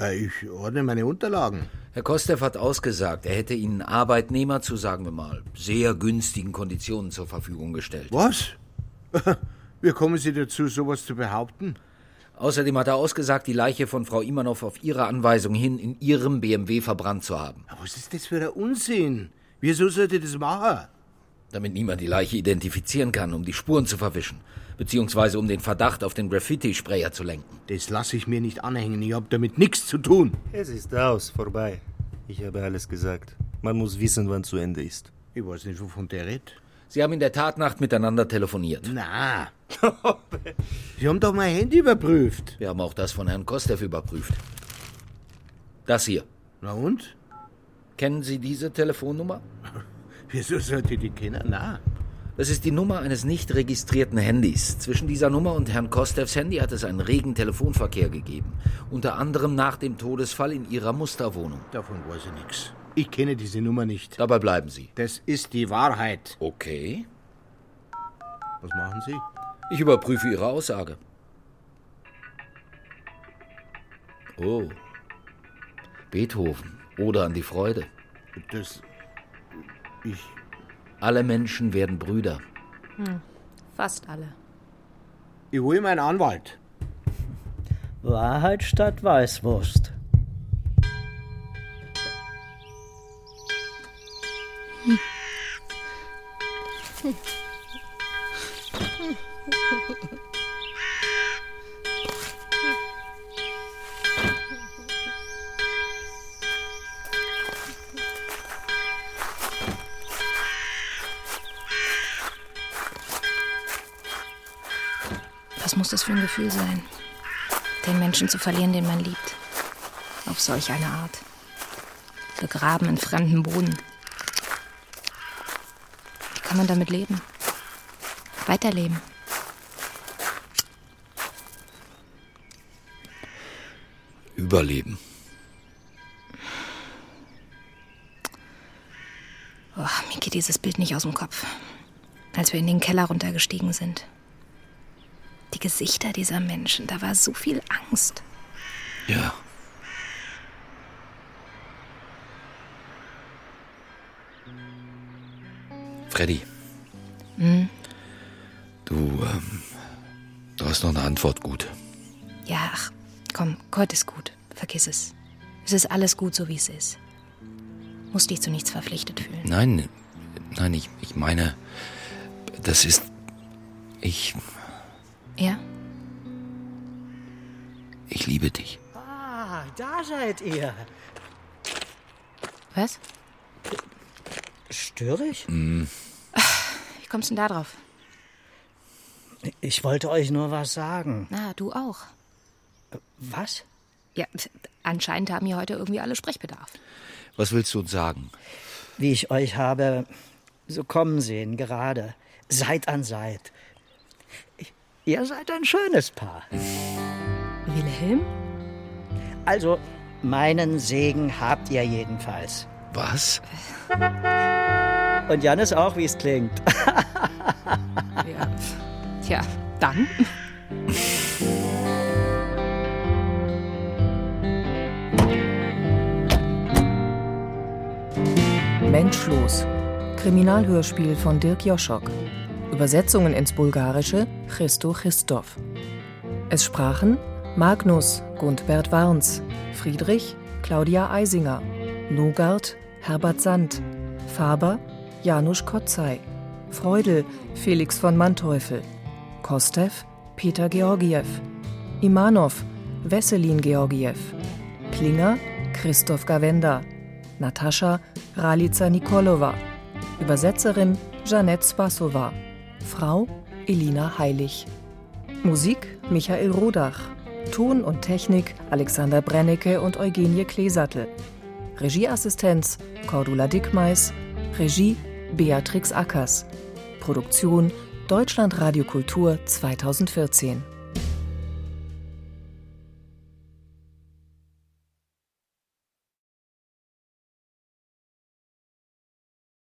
Speaker 10: Äh, ich ordne meine Unterlagen.
Speaker 7: Herr Kostev hat ausgesagt, er hätte Ihnen Arbeitnehmer zu, sagen wir mal, sehr günstigen Konditionen zur Verfügung gestellt.
Speaker 10: Was? Wie kommen Sie dazu, sowas zu behaupten?
Speaker 7: Außerdem hat er ausgesagt, die Leiche von Frau Imanov auf Ihre Anweisung hin in Ihrem BMW verbrannt zu haben.
Speaker 10: Was ist das für ein Unsinn? Wieso sollte ich das machen?
Speaker 7: Damit niemand die Leiche identifizieren kann, um die Spuren zu verwischen. Beziehungsweise um den Verdacht auf den Graffiti-Sprayer zu lenken.
Speaker 10: Das lasse ich mir nicht anhängen. Ich habe damit nichts zu tun.
Speaker 11: Es ist aus, vorbei. Ich habe alles gesagt. Man muss wissen, wann zu Ende ist.
Speaker 10: Ich weiß nicht, wovon der redet.
Speaker 7: Sie haben in der Tatnacht miteinander telefoniert.
Speaker 10: Na. [laughs] Sie haben doch mein Handy überprüft.
Speaker 7: Wir haben auch das von Herrn Kostev überprüft. Das hier.
Speaker 10: Na und?
Speaker 7: Kennen Sie diese Telefonnummer?
Speaker 10: [laughs] Wieso sollte ich die kennen? Na.
Speaker 7: Das ist die Nummer eines nicht registrierten Handys. Zwischen dieser Nummer und Herrn Kostevs Handy hat es einen regen Telefonverkehr gegeben. Unter anderem nach dem Todesfall in Ihrer Musterwohnung.
Speaker 10: Davon weiß ich nichts. Ich kenne diese Nummer nicht.
Speaker 7: Dabei bleiben Sie.
Speaker 10: Das ist die Wahrheit.
Speaker 7: Okay.
Speaker 10: Was machen Sie?
Speaker 7: Ich überprüfe Ihre Aussage. Oh. Beethoven. Oder an die Freude.
Speaker 10: Das. Ich.
Speaker 7: Alle Menschen werden Brüder.
Speaker 6: Hm, fast alle.
Speaker 10: Ich hole meinen Anwalt.
Speaker 14: Wahrheit statt Weißwurst.
Speaker 6: Was muss das für ein Gefühl sein? Den Menschen zu verlieren, den man liebt. Auf solch eine Art. Begraben in fremdem Boden. Wie kann man damit leben? Weiterleben.
Speaker 7: Überleben.
Speaker 6: Oh, mir geht dieses Bild nicht aus dem Kopf. Als wir in den Keller runtergestiegen sind. Die Gesichter dieser Menschen, da war so viel Angst.
Speaker 7: Ja. Freddy,
Speaker 6: Hm?
Speaker 7: du, ähm, du hast noch eine Antwort gut.
Speaker 6: Ja, ach, komm, Gott ist gut. Vergiss es. Es ist alles gut, so wie es ist. Musst dich zu nichts verpflichtet fühlen.
Speaker 7: Nein, nein, ich, ich meine, das ist. Ich,
Speaker 6: Ja?
Speaker 7: ich liebe dich.
Speaker 14: Ah, da seid ihr.
Speaker 6: Was?
Speaker 3: Töricht?
Speaker 6: Wie kommst du denn da drauf?
Speaker 3: Ich wollte euch nur was sagen.
Speaker 6: Na, du auch. Äh,
Speaker 3: Was?
Speaker 6: Ja, pf, anscheinend haben hier heute irgendwie alle Sprechbedarf.
Speaker 7: Was willst du uns sagen?
Speaker 3: Wie ich euch habe so kommen sehen, gerade, Seit an Seit. Ihr seid ein schönes Paar.
Speaker 6: Wilhelm?
Speaker 3: Also, meinen Segen habt ihr jedenfalls.
Speaker 7: Was?
Speaker 3: Und Jannis auch, wie es klingt.
Speaker 6: [laughs] Ja. Tja, dann?
Speaker 4: Menschlos. Kriminalhörspiel von Dirk Joschok. Übersetzungen ins Bulgarische Christo Christoph. Es sprachen Magnus Gundbert Warns, Friedrich Claudia Eisinger, Nogart Herbert Sand, Faber Janusz Kotzei, Freudel Felix von Manteuffel, Kostev Peter Georgiev, Imanov Wesselin Georgiev, Klinger Christoph Gawenda, Natascha Ralica Nikolova, Übersetzerin Janette Spasowa, Frau Elina Heilig. Musik Michael Rodach, Ton und Technik Alexander Brennecke und Eugenie Kleesattel, Regieassistenz Cordula Dickmeis, Regie Beatrix Ackers, Produktion Deutschlandradio Kultur 2014.